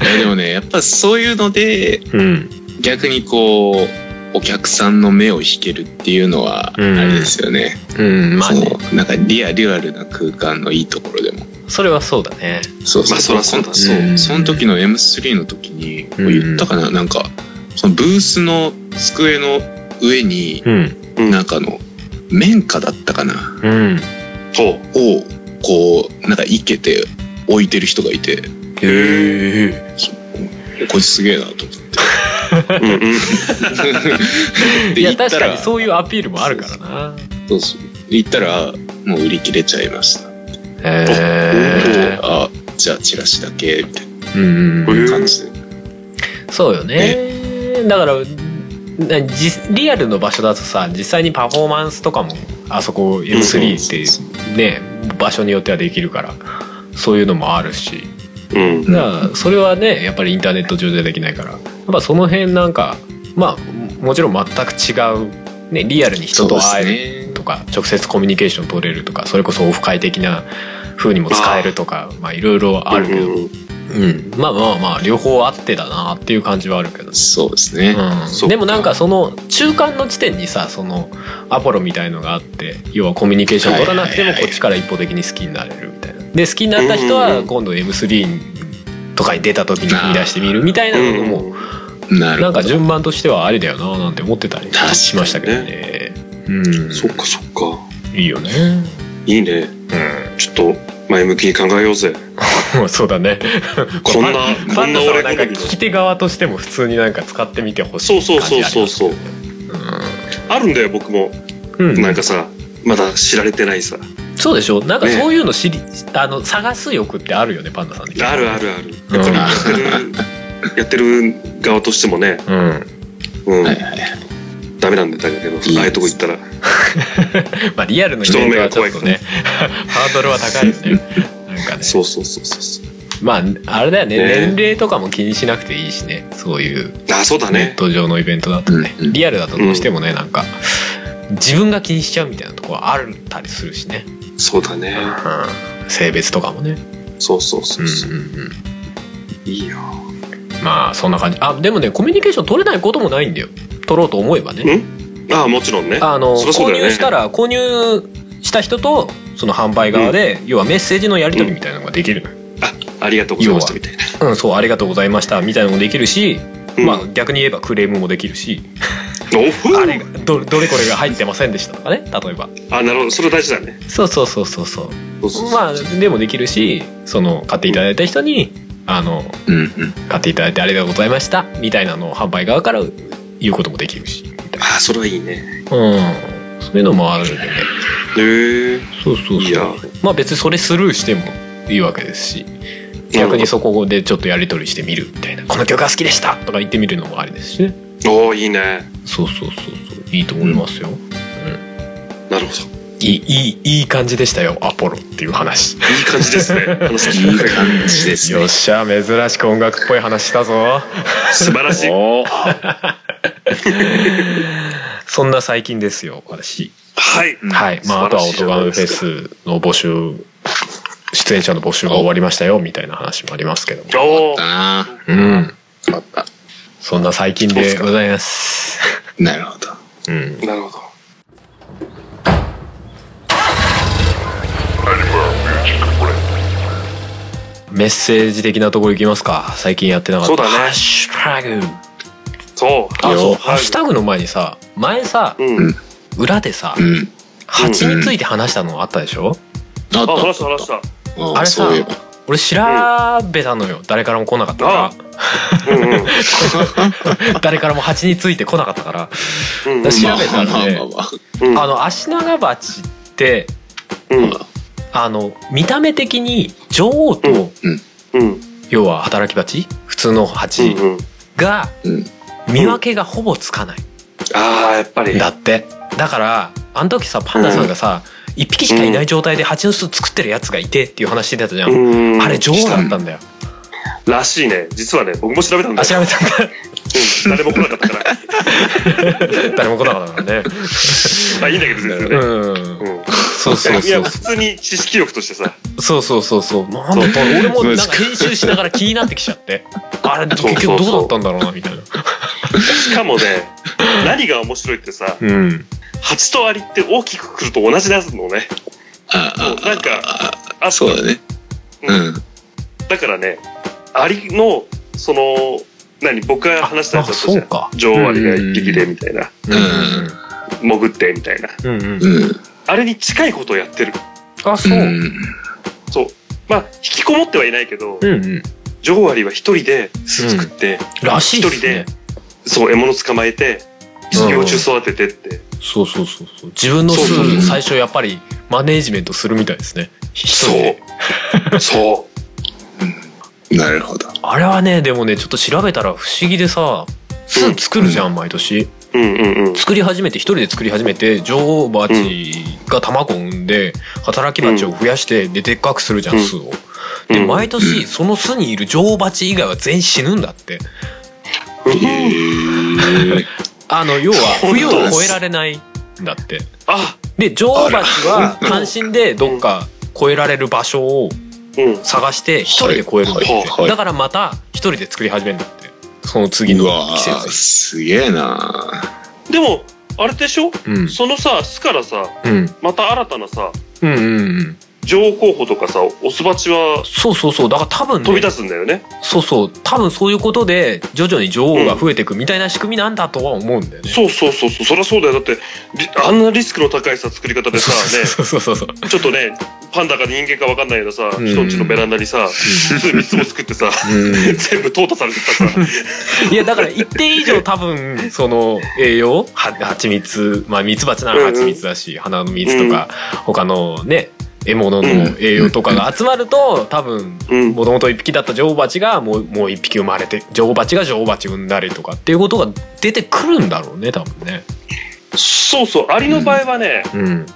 S4: えでもねやっぱそういうので
S3: うん
S4: 逆にこうお客さんの目を引けるっていうのはあ
S3: うん
S4: れですよね,、
S3: うんまあね
S4: そうなんかリアリアルな空間のいいところでも
S3: それはそうだね
S4: そう
S1: まあそらそうだ
S4: そう、
S3: うん
S4: その時の M3 の時にこう
S3: うん
S4: 言ったかな、なんかそのブースの机の上に
S3: うん
S1: うん。
S4: なんかあの綿花だったかな
S3: うん
S1: ほう。
S4: をこうなんか生けて置いてる人がいて
S3: へえ
S4: こいつすげえな と思って
S1: うんうん。
S4: で
S3: いや
S4: 行っ
S3: 確
S4: た
S3: からにそういうアピールもあるからな
S4: そうそう行ったらもう売り切れちゃいました、
S3: へえ
S4: あじゃあチラシだけみたい
S3: うん
S1: こうい
S4: な
S1: う
S4: 感じで
S3: そうよねだからなじリアルの場所だとさ実際にパフォーマンスとかもあそこ M3 って
S4: そう
S3: ね場所によってはできるからそういうのもあるし
S1: うん。
S3: だからそれはねやっぱりインターネット上ではできないからやっぱその辺なんかまあもちろん全く違う、ね、リアルに人と会える
S4: える
S3: とか、直接コミュニケーション取れるとかそれこそオフ会的な風にも使えるとかまあいろいろあるけど、
S1: うんうん
S3: うんまあまあまあ両方あってだなっていう感じはあるけど、
S4: そうですね、
S3: う
S1: そっか
S3: ん、でもなんかその中間の地点にさそのアポロみたいのがあって要はコミュニケーション取らなくても
S4: はいはいはい
S3: こっちから一方的に好きになれるみたいなで好きになった人
S1: うんうん
S3: は
S1: うん
S3: 今度 M3 とかに出た時に踏み出してみるみたいなのも、
S1: うん
S4: なる
S3: なん
S4: ほ
S3: か
S4: ど
S3: 順番としてはありだよななんて思ってたりしましたけどねうん
S1: そっかそっか。
S3: いいよね
S1: いいね。ちょっと前向きに考えようぜ。
S3: うんそうだね、
S1: こんな こ
S3: パン
S1: ん
S3: ダ
S1: な
S3: さんは
S1: 俺
S3: なんか
S1: 好み
S3: 聞
S1: の。
S3: き手側としても普通になんか使ってみてほしい
S1: そうそうそうそうそう。
S3: 感じあります
S1: あるんだよ、僕も。
S3: うんうん
S1: なんかさ、まだ知られてないさ。
S3: そうでしょなんか
S1: ね
S3: そういうの知り、あの探す欲ってあるよねパンダさん
S1: あるあ
S3: る
S1: るある。やっぱりやってる、やってる側としてもね、
S3: うん
S1: うん
S4: はい、はいはい
S1: ダメなんだけど、ああいうとこ行ったら。
S3: まあリアルのイベントはちょっとね ハードルは高いよねなんかね
S1: そうそうそうそうそう。
S3: まああれだよね
S1: ね
S3: 年齢とかも気にしなくていいしねそういう
S1: あ、そうだ
S3: ネッ
S1: ね。
S3: ト上のイベントだとね、
S4: うんうん
S3: リアルだとどうしてもね、なんか自分が気にしちゃうみたいなとこはあるたりするしね、
S1: そうだね。
S3: うん、性別とかもね
S1: そうそうそううんそう。
S3: うんうん
S1: いいよ。
S3: まあそんな感じあでもねコミュニケーション取れないこともないんだよ取ろうと思えばね
S1: ああ、もちろんね。
S3: あの、
S1: そりゃそ
S3: 購
S1: うだよね
S3: 入したら購入した人とその販売側で、要はメッセージのやり取りみたいなのができるのよ、
S1: ありがとうございましたみたいな。
S3: うんそうありがとうございましたみたいなのもできるし、
S1: うん
S3: まあ、逆に言えばクレームもできるし、
S1: おふ
S3: あれがどどれこれが入ってませんでしたとかね例えば
S1: あ、なるほど。それ大事だね。
S3: そうそうそうそうそう
S1: そうそうそう
S3: まあでもできるしその買っていただいた人にあの
S4: うんうん
S3: 買っていただいてありがとうございましたみたいなのを販売側から言うこともできるしみたいな
S1: ああ、それはいいね。
S3: うんそういうのもあるんでね
S1: へえ。
S3: そうそうそう
S1: いや
S3: まあ別にそれスルーしてもいいわけですし逆にそこでちょっとやり取りしてみるみたいな「この曲が好きでした!」とか言ってみるのもありですしね
S1: おおいいね。
S3: そうそうそうそういいと思いますよ、
S1: なるほど。
S3: いいいいいい感じでしたよアポロっていう話
S1: いい感じ ですね。あのさっき
S4: いい感じです
S3: よっ
S4: ね
S3: しゃ珍しく音楽っぽい話したぞ
S1: 素晴らしい。
S4: おー
S3: そんな最近ですよ私
S1: はい。
S3: はいまああとは「オトガンフェス」の募集出演者の募集が終わりましたよみたいな話もありますけども
S1: おお
S4: だな
S3: うん
S4: 変わった
S3: そんな最近でございます
S4: なるほど
S3: うん
S1: なるほど。
S3: メッセージ的なところいきますか最近やってなかった
S1: そうだね
S3: ハッシュタグ
S1: そう。
S3: あそうハ
S1: は
S3: ッ
S1: い
S3: シュタグの前にさ前さ
S1: うん。
S3: 裏でさ
S4: うん。
S3: 蜂について話したのあったでしょ
S4: あ
S1: あ、
S4: ったあ
S1: 話
S4: っ
S1: したた
S4: あ
S1: 話
S4: っ
S1: した。
S4: た。
S3: あれさ
S4: うんそういえば。
S3: 俺調べたのよ誰からも来なかったか
S1: うんうん。うん
S3: ら 誰からも蜂について来なかったから
S1: うん
S3: 調べたんで
S4: まあまあまあまあ。
S1: うん
S3: あのアシナガバチって
S1: うん
S3: あの見た目的に女王と、
S1: うんうん
S3: 要は働き蜂普通の蜂
S1: うんうん。
S3: が
S4: うん
S3: 見分けがほぼつかない、
S1: ああ、やっぱり。
S3: だってだからあの時さパンダさんがさ、一1匹しかいない状態で蜂の巣作ってるやつがいてっていう話してたじゃん、
S1: うん
S3: あれ女王だったんだよ、
S1: らしいね。実はね、僕も調べたんだ
S3: あ
S1: よ。
S3: 調べたんだ
S1: うん誰も来なかったから。
S3: 誰も来なかったからね
S1: まあいいんだけど、全
S3: う
S1: 然ね。
S3: ん
S1: うん
S3: そうそう
S1: いや、
S3: そう
S1: 普通に知識欲としてさ。
S3: そうそうそうそうなんだったの俺もなんか編集しながら気になってきちゃってあれ結局どうだったんだろうなみたいな
S1: しかも ね、何が面白いってさ、
S3: うん
S1: 蜂とアリって大きくくると同じなのね。
S4: ああ
S1: そうなんか
S4: ああ
S1: あ
S4: そうだね。うん。
S1: だからね、アリの、その、何、僕が話したやつだったじゃん。
S3: ああ
S1: 女王アリが一匹で、みたいな。
S3: うん
S1: 潜って、みたいな。
S3: うんうん
S4: うん。。
S1: あれに近いことをやってる。
S3: あそううん
S1: そう。まあ、引きこもってはいないけど、
S3: うんうん
S1: 女王アリは一人で巣作って、
S3: らしいっ
S1: 一
S3: す
S1: 人
S3: ね
S1: でそう、獲物捕まえて、幼虫育ててって。
S3: そうそうそうそう自分の
S1: そうそう
S3: 巣最初やっぱりマネージメントするみたいですね一人で
S1: そう。そ
S4: なるほど。
S3: あれはねでもねちょっと調べたら不思議でさ巣作るじゃん、毎年
S1: う。うんうんうん。
S3: 作り始めて一人で作り始めて女王バチが卵を産んで働きバチを増やしてででっかくするじゃん、
S1: うん
S3: 巣をで
S1: うん
S3: 毎年その巣にいる女王バチ以外は全員死ぬんだって
S1: うん
S4: え
S3: あの要は
S1: そう
S3: 冬
S1: な
S3: を
S1: ん
S4: です
S3: 越えられないんだって
S1: あ、
S3: で女王バチは単身でどっか越えられる場所を
S1: うん。
S3: 探して一人で越えるんだって、
S1: はい
S4: はい
S3: だからまた一人で作り始めるんだってその次
S4: ー、う
S3: の
S4: わ
S3: 季
S4: ー
S3: 節
S4: すげえな
S1: でも、あれでしょ
S3: うん
S1: そのさ、巣からさ、
S3: うん
S1: また新たなさ、
S3: うんうんうん
S1: 女王候補とかさ、オスバチは
S3: そうそうそうだから多分、ね、
S1: 飛び出すんだよね。
S3: そうそう多分そういうことで徐々に女王が増えていくみたいな仕組みなんだとは思うんだよね、
S1: そうそうそうそう、そりゃそうだよ。だって、リあんなリスクの高いさ、作り方で さ、ね、
S3: そうそうそうそう
S1: ちょっとね、パンダか人間かわかんないけどさ、
S3: うん
S1: 人んちのベランダにさ、普通につも作って さ、
S3: う
S1: 全部淘汰されてたさ、
S3: んいやだから一定以上多分その栄養は蜂蜜まあ蜜蜂なら蜂蜜だし、花の蜜とか、他のね獲物の栄養とかが集まると多分
S1: うん。
S3: もともと1匹だった女王蜂がもうもう一匹生まれて女王蜂が女王蜂産んだりとかっていうことが出てくるんだろうね多分ね。
S1: そうそう、アリの場合はね、
S3: うん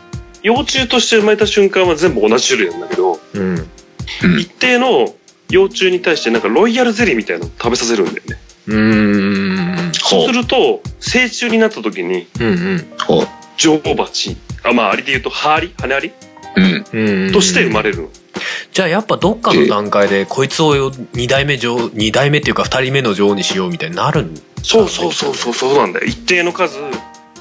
S1: 幼虫として生まれた瞬間は全部同じ種類なんだけど、
S3: うん
S4: うん
S1: 一定の幼虫に対してなんかロイヤルゼリーみたいなの食べさせるんだよね。
S3: うんうん
S1: そう
S4: ほ
S1: すると、成虫になった時に、
S3: うん
S4: うほう
S1: 女王蜂、あ、まあ、アリで言うと、ハアリ羽アリ
S4: うん
S3: うん
S1: として生まれるの。
S3: じゃあやっぱどっかの段階でこいつをよ二代目女王二代目っていうか二人目の女王にしようみたいになるん
S1: そうそうそうそう、そうなんだよ。一定の数、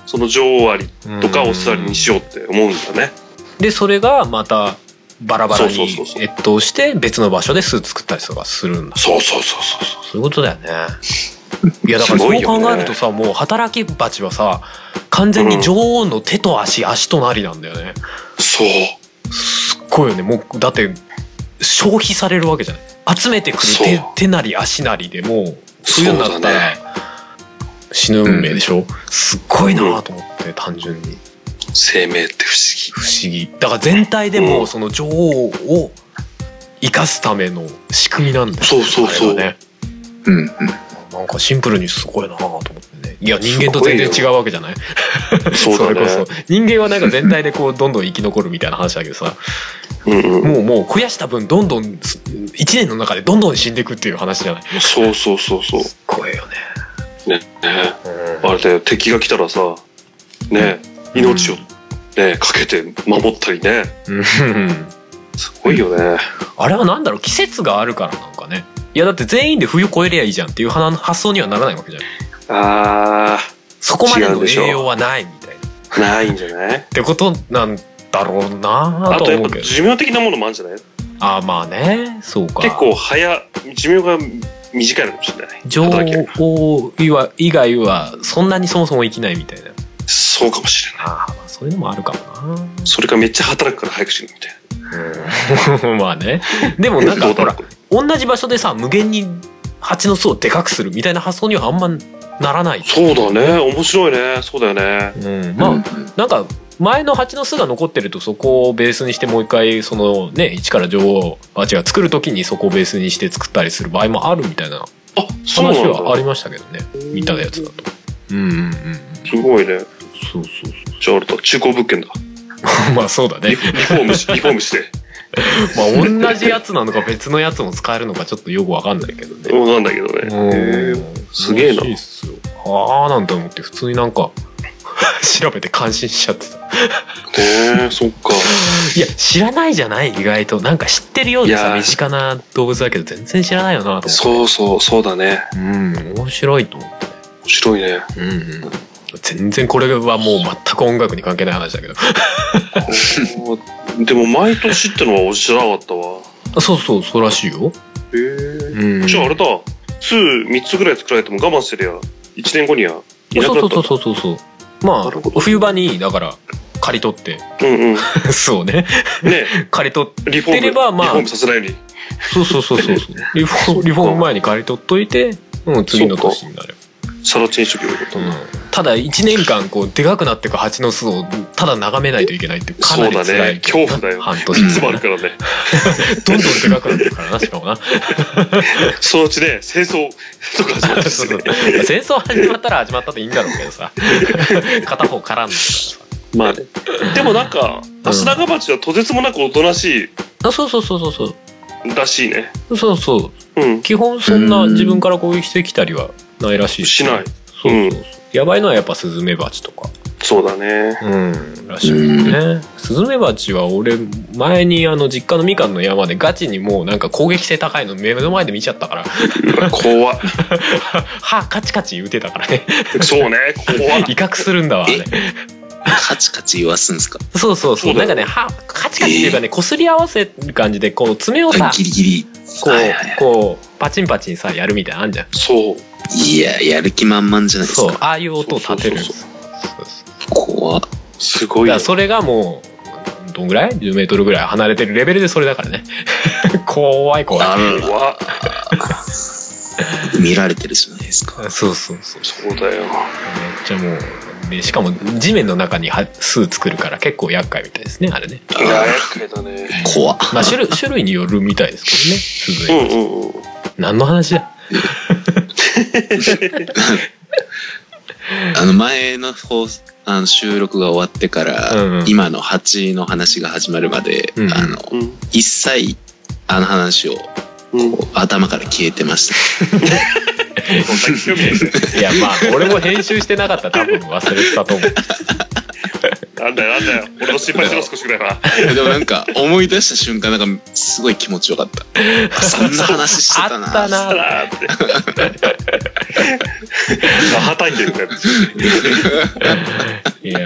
S1: その女王アリとかオスアリにしようって思うんだよね。
S3: でそれがまたバラバラ
S1: そう
S3: に
S1: そうそうそう
S3: 越冬して別の場所で巣作ったりとかするんだ
S1: そうそうそうそうそ
S3: そういうこと だよね。いやだから
S1: す
S3: そ
S1: ご
S3: う
S1: いよね
S3: 考えるとさ、もう働き蜂はさ完全に女王の手と足、足となりなんだよね。
S1: う。そう。
S3: すっごいよねもうだって消費されるわけじゃない集めてくる手
S1: そう
S3: 手なり足なりでもう冬になった
S1: そう
S3: ら
S1: だね
S3: 死ぬ運命でしょ、すっごいなと思って単純に
S1: 生命って不思議。
S3: 不思議だから全体でも
S1: うん
S3: その女王を生かすための仕組みなんだよ
S1: そうそうそう
S3: あれはね
S4: うんうん
S3: なんかシンプルにすごいなと思ってねいや人間と全然違うわけじゃない
S1: そうだね
S3: れこそ人間はなんか全体でこうどんどん生き残るみたいな話だけどさ
S1: うんうん。
S3: もうもう肥やした分どんどん1年の中でどんどん死んでいくっていう話じゃない
S1: そうそうそうそう。
S3: 怖いよね、
S1: ね。ねあれだよ、敵が来たらさ、ね、命を、ね、かけて守ったりね。
S3: うん
S1: すごいよね。
S3: あれはなんだろう季節があるからなんかねいやだって全員で冬越えりゃいいじゃんっていう話発想にはならないわけじゃん
S1: ああ。
S3: そこまで
S1: 違う
S3: の
S1: でしょ
S3: 栄養はないみたいな
S1: ないんじゃない
S3: てことなんだろう な
S1: あと
S3: とは
S1: やっぱ
S3: 思うけど
S1: 寿命的なものもあるんじゃない結
S3: あまあねそうか
S1: 構早寿命が短いのかもしれない
S3: 女
S1: 働きが
S3: 王は以外はそんなにそもそも生きないみたいな
S1: そうかもしれない
S3: ああまあそういうのもあるかも な
S1: それかめっちゃ働くから早く死ぬみたい
S3: まあねでも
S1: な
S3: なん
S1: ど
S3: かほ
S1: うだろ
S3: ら
S1: う
S3: 同じ場所でさ無限に蜂の巣をでかくするみたいな発想にはあんまならない、
S1: そうだね面白いねそうだよね
S3: うん、まあ、なんか前の蜂の巣が残ってるとそこをベースにしてもう一回そのね一から女王あ違う作る時にそこをベースにして作ったりする場合もあるみたいな
S1: あそう
S3: 話
S1: なん
S3: はあ
S1: だ
S3: りましたけどね見たやつだとうんうんうん
S1: すごいね
S3: そうそうそ
S1: じゃああれだ中古物件だ
S3: う まあそうだ
S1: リ
S3: ね
S1: フリフォーム しリフォームして
S3: まあ同じやつなのか別のやつも使えるのかちょっとよくわかんないけどね
S1: そうなんだけどねへえすげえな
S3: 楽しいっすよああなんて思って普通になんか 調べて感心しちゃってた
S1: ねえそっか
S3: いや知らないじゃない意外となんか知ってるようで
S1: い
S3: さ
S1: やー
S3: 身近な動物だけど全然知らないよなと思って
S1: そうそうそうだね
S3: うん面白いと思って
S1: 面白い ね
S3: うんうん全然これはもう全く音楽に関係ない話だけど
S1: でも毎年ってのは知らなかったわ
S3: あそうそうそうらしいよ、
S1: へえ
S3: うん、
S1: じゃああれだ23つぐらい作られても我慢してりゃ1年後にはいなくなった
S3: そうそうそうそうそうま
S1: なるほ
S3: あ
S1: ど
S3: 冬場にだから刈り取って
S1: うんうんね
S3: そうね 刈り取って
S1: リフォーム
S3: 出ればま
S1: リ
S3: あ
S1: フォームさせないように
S3: そうそうそうそうそうリフォームリフォーム前に刈り取っといて、うん、次の年になる、
S1: さら地にしとけばよかった
S3: うん
S1: な、
S3: ただ1年間こうでかくなってく蜂の巣をただ眺めないといけないってかなり
S1: そうだね
S3: 辛いけどな
S1: 恐怖だよ
S3: 半
S1: い
S3: 年
S1: つもあるからね
S3: どんどんでかくなってるからなしかもな
S1: そのうちね清掃とか始まって
S3: そうそう
S1: ね
S3: 戦争始まったら始まったっていいんだろうけどさ片方絡んでるか
S1: まあねでもなんか足長町はとてつもなくおとなし
S3: らさあそうそうそうそうそう
S1: いらしいね
S3: そうそう
S1: うん
S3: 基本そんな自分から攻撃してきたりはないらしい
S1: しない
S3: そうそうそう、やばいのはやっぱスズメバチとか
S1: そうだね
S3: うん、らしいですね。スズメバチは俺、前にあの実家のみかんの山でガチにもうなんか攻撃性高いの目の前で見ちゃったから、
S1: 怖い
S3: 歯カチカチ打てたからね。
S1: そうね怖い
S3: 威嚇するんだわ、あれ。
S4: カチカチ言わすんですか
S3: そうそう
S1: そ
S3: そう。
S1: う
S3: な
S1: だ
S3: ん
S1: よ
S3: かね、歯、カチカチっていうかね、擦り合わせる感じで、こう爪をさ
S4: あ、ギリギリ。
S3: こ
S4: はいはいは
S3: う、こう、パチンパチンさ、やるみたいなのあんじゃん。
S1: そう
S4: いや、やる気満々じゃないです
S3: そう、
S4: か。
S3: ああいう音を立てるんですよ。そうそう
S4: 怖っ
S1: すごい
S3: だか
S1: よ
S3: らそれがもう、どんぐらい ?10 メートルぐらい離れてるレベルでそれだからね。 怖い怖い。
S4: あらら
S1: 怖い
S4: 見られてるじゃないですか。
S3: そうそうそう。
S1: そうだよ
S3: めっちゃもう、で、しかも地面の中には巣作るから結構厄介みたいですね、あ れね。
S1: いや厄介だね
S4: 怖っ
S3: まあ種類、種類によるみたいですけどね、スズ
S1: う
S3: メ
S1: ん
S3: バチ
S1: うんうん
S3: 何の話だ
S4: あの前の放送あの収録が終わってから、
S3: うんうん
S4: 今の蜂の話が始まるまで、
S3: うんうん
S4: あの
S1: うん
S4: 一切あの話を
S1: うん
S4: 頭から消えてました。
S3: いや、まあ、俺も編集してなかったら多分忘れてたと 思う。
S1: なんだよなんだよ俺の心配しろ少しぐらいは
S4: でもなんか思い出した瞬間なんかすごい気持ちよかった。あそんな話してたな。
S3: あったな
S1: あらーってガハ体験みたいない
S3: や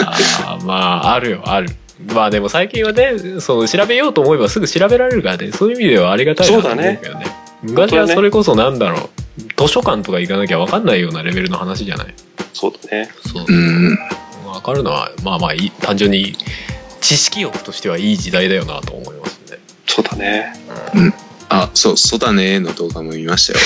S3: ー、まあ、あるよ、ある。まあでも最近はね、その調べようと思えばすぐ調べられるからね、そういう意味ではありがたいなと思うけどね。昔はそれこそなんだろう、図書館とか行かなきゃ分かんないようなレベルの話じゃない。
S1: そうだね
S3: そう
S4: うん。
S3: わかるのはまあまあいい単純に知識欲としてはいい時代だよなと思いますね。
S1: そうだね
S4: あ、そう、そうだねーの動画も見 ましたよ。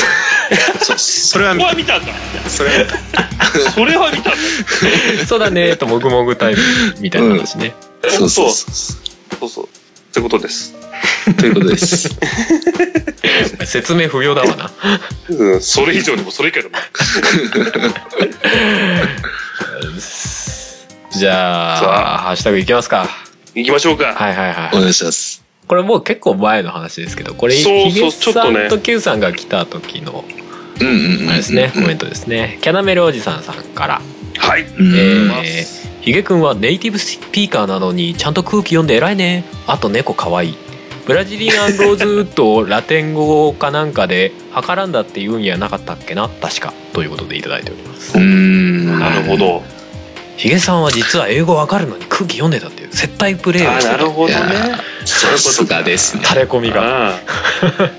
S4: そそれは
S1: こ
S4: 見
S1: こは見たんだ
S4: た、それは見た
S1: それは見たんだ
S3: そうだねともぐもぐタイムみたいな話ね。
S4: そうそうそ
S1: そうそうってことです
S4: う。ということです。
S3: 説明不要だわな。
S1: うんそれ以上にもそれ以下でも
S3: じゃあハッシュタグいきますか。
S1: 行きましょうか
S3: はいはい
S4: お
S3: はい。
S4: 願いします。
S3: これもう結構前の話ですけどこれ
S1: そうそう
S3: ヒゲ
S1: ちょっ
S3: さ
S1: と
S3: ん
S1: ね
S3: と Q さんが来た時の
S4: うんうんうん。
S3: あれですねコメントですね。キャナメルおじさんさんから。
S1: はい
S4: うん。
S3: え
S1: ま
S3: ー
S1: す
S3: ヒゲくんはネイティブスピーカーなのにちゃんと空気読んで偉いね。あと猫かわいい。ブラジリアンローズウッドをラテン語かなんかで「はからんだ」って言うんやなかったっけな確かということでいただいております
S4: うん。
S1: なるほど
S3: ヒゲさんは実は英語わかるのに空気読んでたっていう接待プレイを
S1: あ
S3: し
S1: ーな
S3: て
S1: る
S3: た
S1: ほどね
S4: いや
S1: そういう
S4: さ
S1: こと
S4: す
S1: か
S4: がですね。
S3: 垂れ込みが
S1: ああ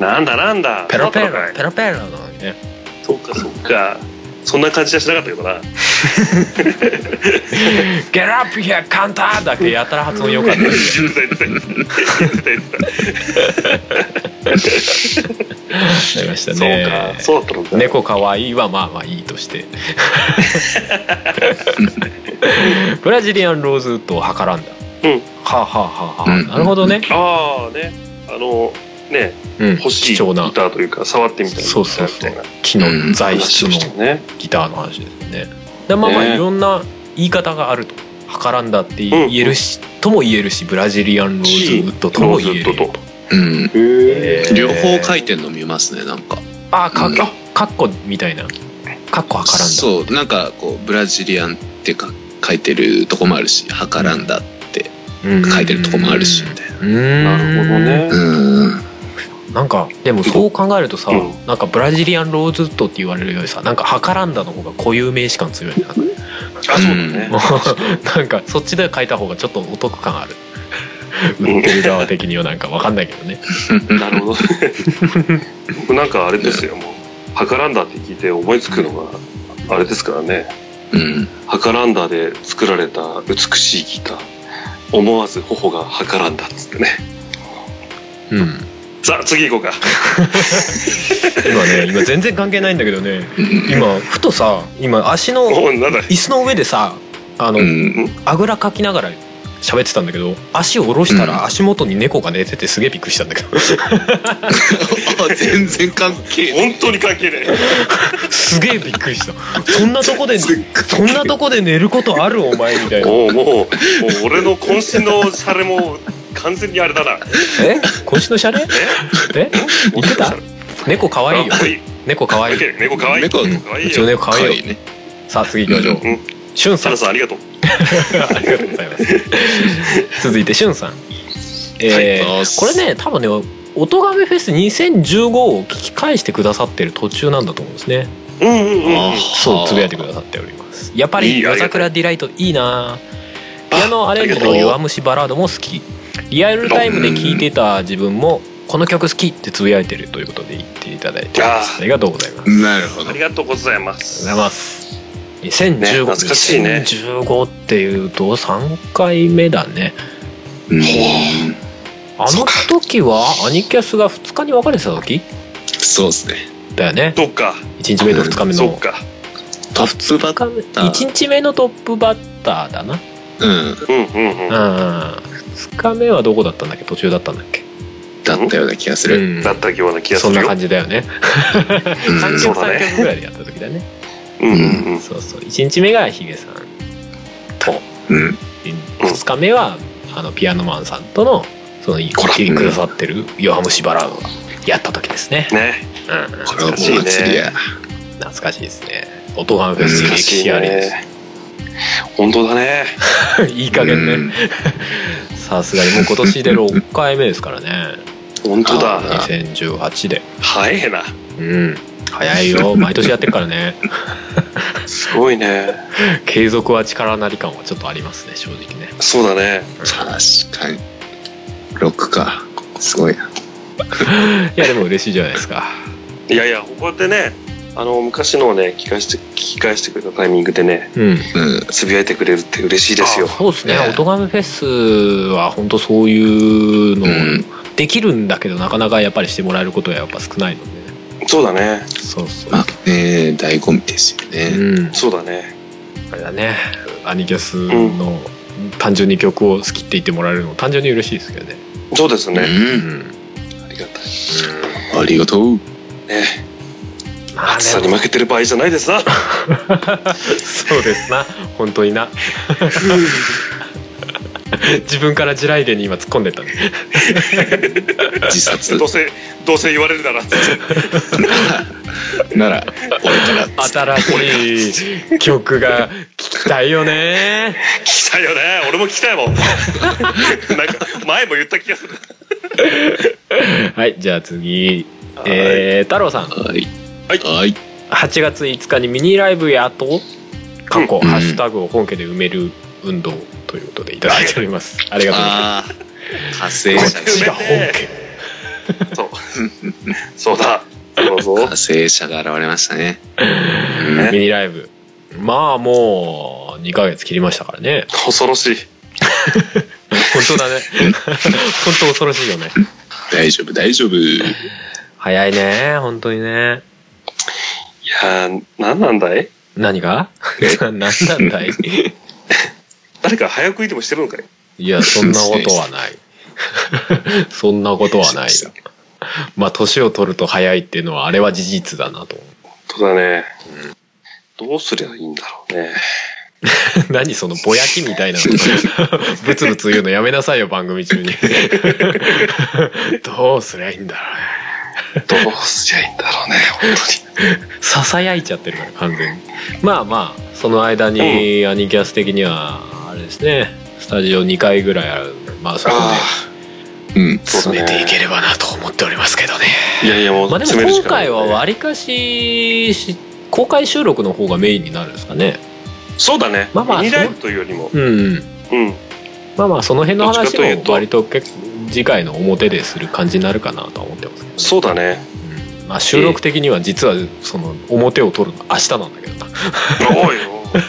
S1: なんだなんだ
S3: ペロペロ
S1: そうか
S3: ペロペロなのにね
S1: そうかそうかそんな感じはしなかったけど な
S3: 「ゲラップヒアカンター!」だけやたら発音良かったんで
S1: 絶対 絶対絶対絶対
S3: なりました
S1: そう
S3: ね
S1: かそうだったのか
S3: 猫かわいいはまあまあいいとしてブラジリアンローズウッドを計らんだ、
S1: うん
S3: はあ、はあはあはあ
S4: うん
S3: なるほどね、
S1: ああねあのね
S3: うん、
S1: 欲しい
S3: 貴
S1: ギタ
S3: 重な
S1: ーというか触ってみたいな
S3: そうそう
S1: みた
S3: そう
S1: いな
S3: 木の材質
S1: 話
S3: の
S1: をしてね
S3: ギターの話ですねでまあまあ
S1: ね
S3: いろんな言い方があると「はからんだ」って
S1: うんう
S3: 言
S1: ん
S3: えるし、とも言えるしブラジリアンローズウッドとも言える
S1: ローズウッ
S3: よ
S1: ドと
S4: うん。
S1: へ
S3: えー
S4: 両方書いてんの見ますね、なんか。
S3: あか
S4: うん
S3: かっこみたいなかっこはからんだ
S4: そう、なんかこう、ブラジリアンってか書いてるとこもあるし、はからんだ
S3: うん
S4: 書いてるとこもあるし、みたいな。
S3: うん
S1: なるほどね
S4: うん。
S3: なんかでもそう考えるとさ、
S1: うん
S3: なんかブラジリアンローズウッドって言われるよりさなんかハカランダの方が固有名詞感強いねなんか
S1: あそうだね
S3: なんかそっちで書いた方がちょっとお得感ある売ってる側的にはなんかわかんないけどね
S1: なるほど 僕なんかあれですよもう「ハカランダ」って聞いて思いつくのがあれですからね
S4: うん。
S1: 「ハカランダ」で作られた美しいギター思わず頬がはからんだっつってね
S3: うん
S1: さあ次 行こうか
S3: 今ね今全然関係ないんだけどね今ふとさ今足の
S1: おなんだ
S3: 椅子の上でさあの、
S4: うん。
S3: あぐらかきながら喋ってたんだけど足を下ろしたら足元に猫が寝ててすげえびっくりしたんだけ ど
S4: あ全然関係ない。
S1: 本当に関係ね
S3: すげえびっくりしたそんなとこで
S4: すっ
S3: そんなとこで寝ることあるお前みた
S1: え
S3: いな。
S1: もうもうもう俺の渾身のシャレも完全にあれだな
S3: え今週のシャレえ言ってた猫かわいいよ
S1: か。っこいい
S3: 猫かわいい。
S1: 猫かわいい
S4: 猫
S1: かわいうい
S3: ちの
S1: よ
S3: 猫かわいいよ。
S4: ね。
S3: さあ次行きましょう。
S1: うん
S3: しゅん
S1: サ
S3: さん
S1: ラ。さんありがとう
S3: ありがとうございます。 続いてしゅんさん。え
S4: はい
S3: ー、これね多分ね音がめフェス2015を聞き返してくださってる途中なんだと思うんですね。
S1: うんうんうんうん
S3: そうつぶやいてくださっております。やっぱ
S1: い
S3: り
S1: いあ
S3: 夜
S1: りがとう
S3: 桜ディライトいいな。ピアノアレンジ
S4: あ
S3: の
S4: りがとう
S3: 弱虫バラードも好き。リアルタイムで聴いてた自分もこの曲好きってつぶやいてるということで言っていただいてます。
S1: あ
S3: ありがとうございます。ありがとう
S4: なるほど
S1: あり。がとうございます
S3: ございます。2015、
S1: ね懐かしいね
S3: 2015っていうと3回目だね。
S4: うん
S3: あの時はアニキャスが2日に分かれてた時
S4: そうですね。
S3: だよね。
S1: そっか
S3: 1日目と2日目
S1: そっ
S3: の。
S1: か
S4: トップバッター。
S3: 1日目のトップバッターだな。
S4: うん。
S1: うんうんうん
S3: 2日目はどこだったんだっけ途中だったんだっけ、
S4: だったような気がする。
S3: うん
S1: だったような気がす
S3: そん
S1: るよ
S3: な感じだよね
S4: うん
S3: 3
S1: そう
S3: 曲
S1: だね
S3: 3曲ぐらいでやった時だね
S1: うんうんうん
S3: そうそう1日目がヒゲさん
S4: うん。
S3: 2日目はあのピアノマンさんとのその
S4: こら
S3: 聞いてくださってる「弱虫バラード」がやった時ですね、
S1: ね
S3: うん、
S4: これはもう祭りや。
S3: 懐かしいですね音ガンフェス
S4: 懐
S3: 歴
S4: か
S3: 史ありです
S1: 本当だね
S3: いい加減ねさすがにもう今年で6回目ですからね
S1: 本当だ
S4: あ
S3: 2018で
S1: 早えな
S3: うん早いよ毎年やってるからね
S1: すごいね
S3: 継続は力なり感はちょっとありますね正直ね
S1: そうだね
S4: 確かに。6か。すごいな。
S3: いやでも嬉しいじゃないですか
S1: いやいやこうやってねあの昔のをね聞き返して聞き返してくれたタイミングでね
S3: うん
S4: うん。
S1: つぶやいてくれるって嬉しいですよ
S3: そうですね
S4: ね
S3: 「音ガメフェス」は本当そういうの、
S4: うん
S3: できるんだけどなかなかやっぱりしてもらえることはやっぱ少ないので
S1: そうだね
S3: そうそう、
S4: まあね、醍醐味ですよ
S3: う
S4: ね。
S3: ん
S1: そうだね
S3: あれだねアニキャスの単純に曲を好きって言ってもらえるのも単純に嬉しいですけどね
S1: そうですね
S4: うん。
S1: ありがたい
S4: ありがとう。
S1: ね
S3: まあ
S1: 暑さ
S3: で
S1: に
S3: も
S1: 負けてる場合じゃないですな
S3: そうですな本当にな自分から地雷原に今突っ込んでったね
S4: 自殺
S1: どうせどうせ言われるなら
S4: なら、俺から。
S3: 新しい曲が聞きたいよね
S1: 聞きたいよね俺も聞きたい もんなんか前も言った気がする
S3: はいじゃあ次、えー、太郎さん
S4: はい。
S1: はい
S4: はい。
S3: 8月5日にミニライブやと過去、
S4: うん
S3: ハッシュタグを本家で埋める運動ということでいただいております。ありがとうございま
S4: ああ火星
S1: ー
S3: す。
S4: 車
S3: こっちが本家。
S1: そうだ。そうぞ。
S4: 火星車が現れましたね、うん
S3: ミニライブ。まあもう、2ヶ月切りましたからね。
S1: 恐ろしい。
S3: 本当 だね。本当恐ろしいよね。
S4: 大丈夫大丈夫
S3: 早いね、本当にね。
S1: いやー、何なんだい
S3: 何がななんなんだい
S1: 誰か早食いでもしてるのかい
S3: いや、そんなことは ない。そんなことはないよ。まあ、年を取ると早いっていうのは、あれは事実だなと。
S1: そうだね。どうすりゃいいんだろうね。
S3: 何そのぼやきみたいなの ブツブツ言うのやめなさいよ番組 中にどうすりゃいいんだろ
S1: どうすりゃいいんだろうね、本
S3: うねささやいちゃってるから完全にまあまあその間にアニキャス的にはあれですねスタジオ2回ぐらいあるまあそこで
S4: うん
S1: そう
S3: 詰
S1: だ
S3: め
S1: ね
S3: ていければなと思っておりますけどね
S1: 当に。いやいや、もう、
S3: まあで
S1: 詰め
S3: も
S1: るし
S3: 今
S1: かない
S3: 回はわりかしし公開収録の方がメインになるんですかね
S1: そうだね。
S3: まあまあ
S1: ミニライブというよりも。
S3: うんうん
S1: うん。
S3: まあまあその辺の
S1: どっち
S3: 話
S1: かというと
S3: も割と結構次回の表でする感じになるかなとは思ってますけど
S1: そうだね。
S3: まあ、収録的には実はその表を取るの明日なんだけどな。
S1: おい おい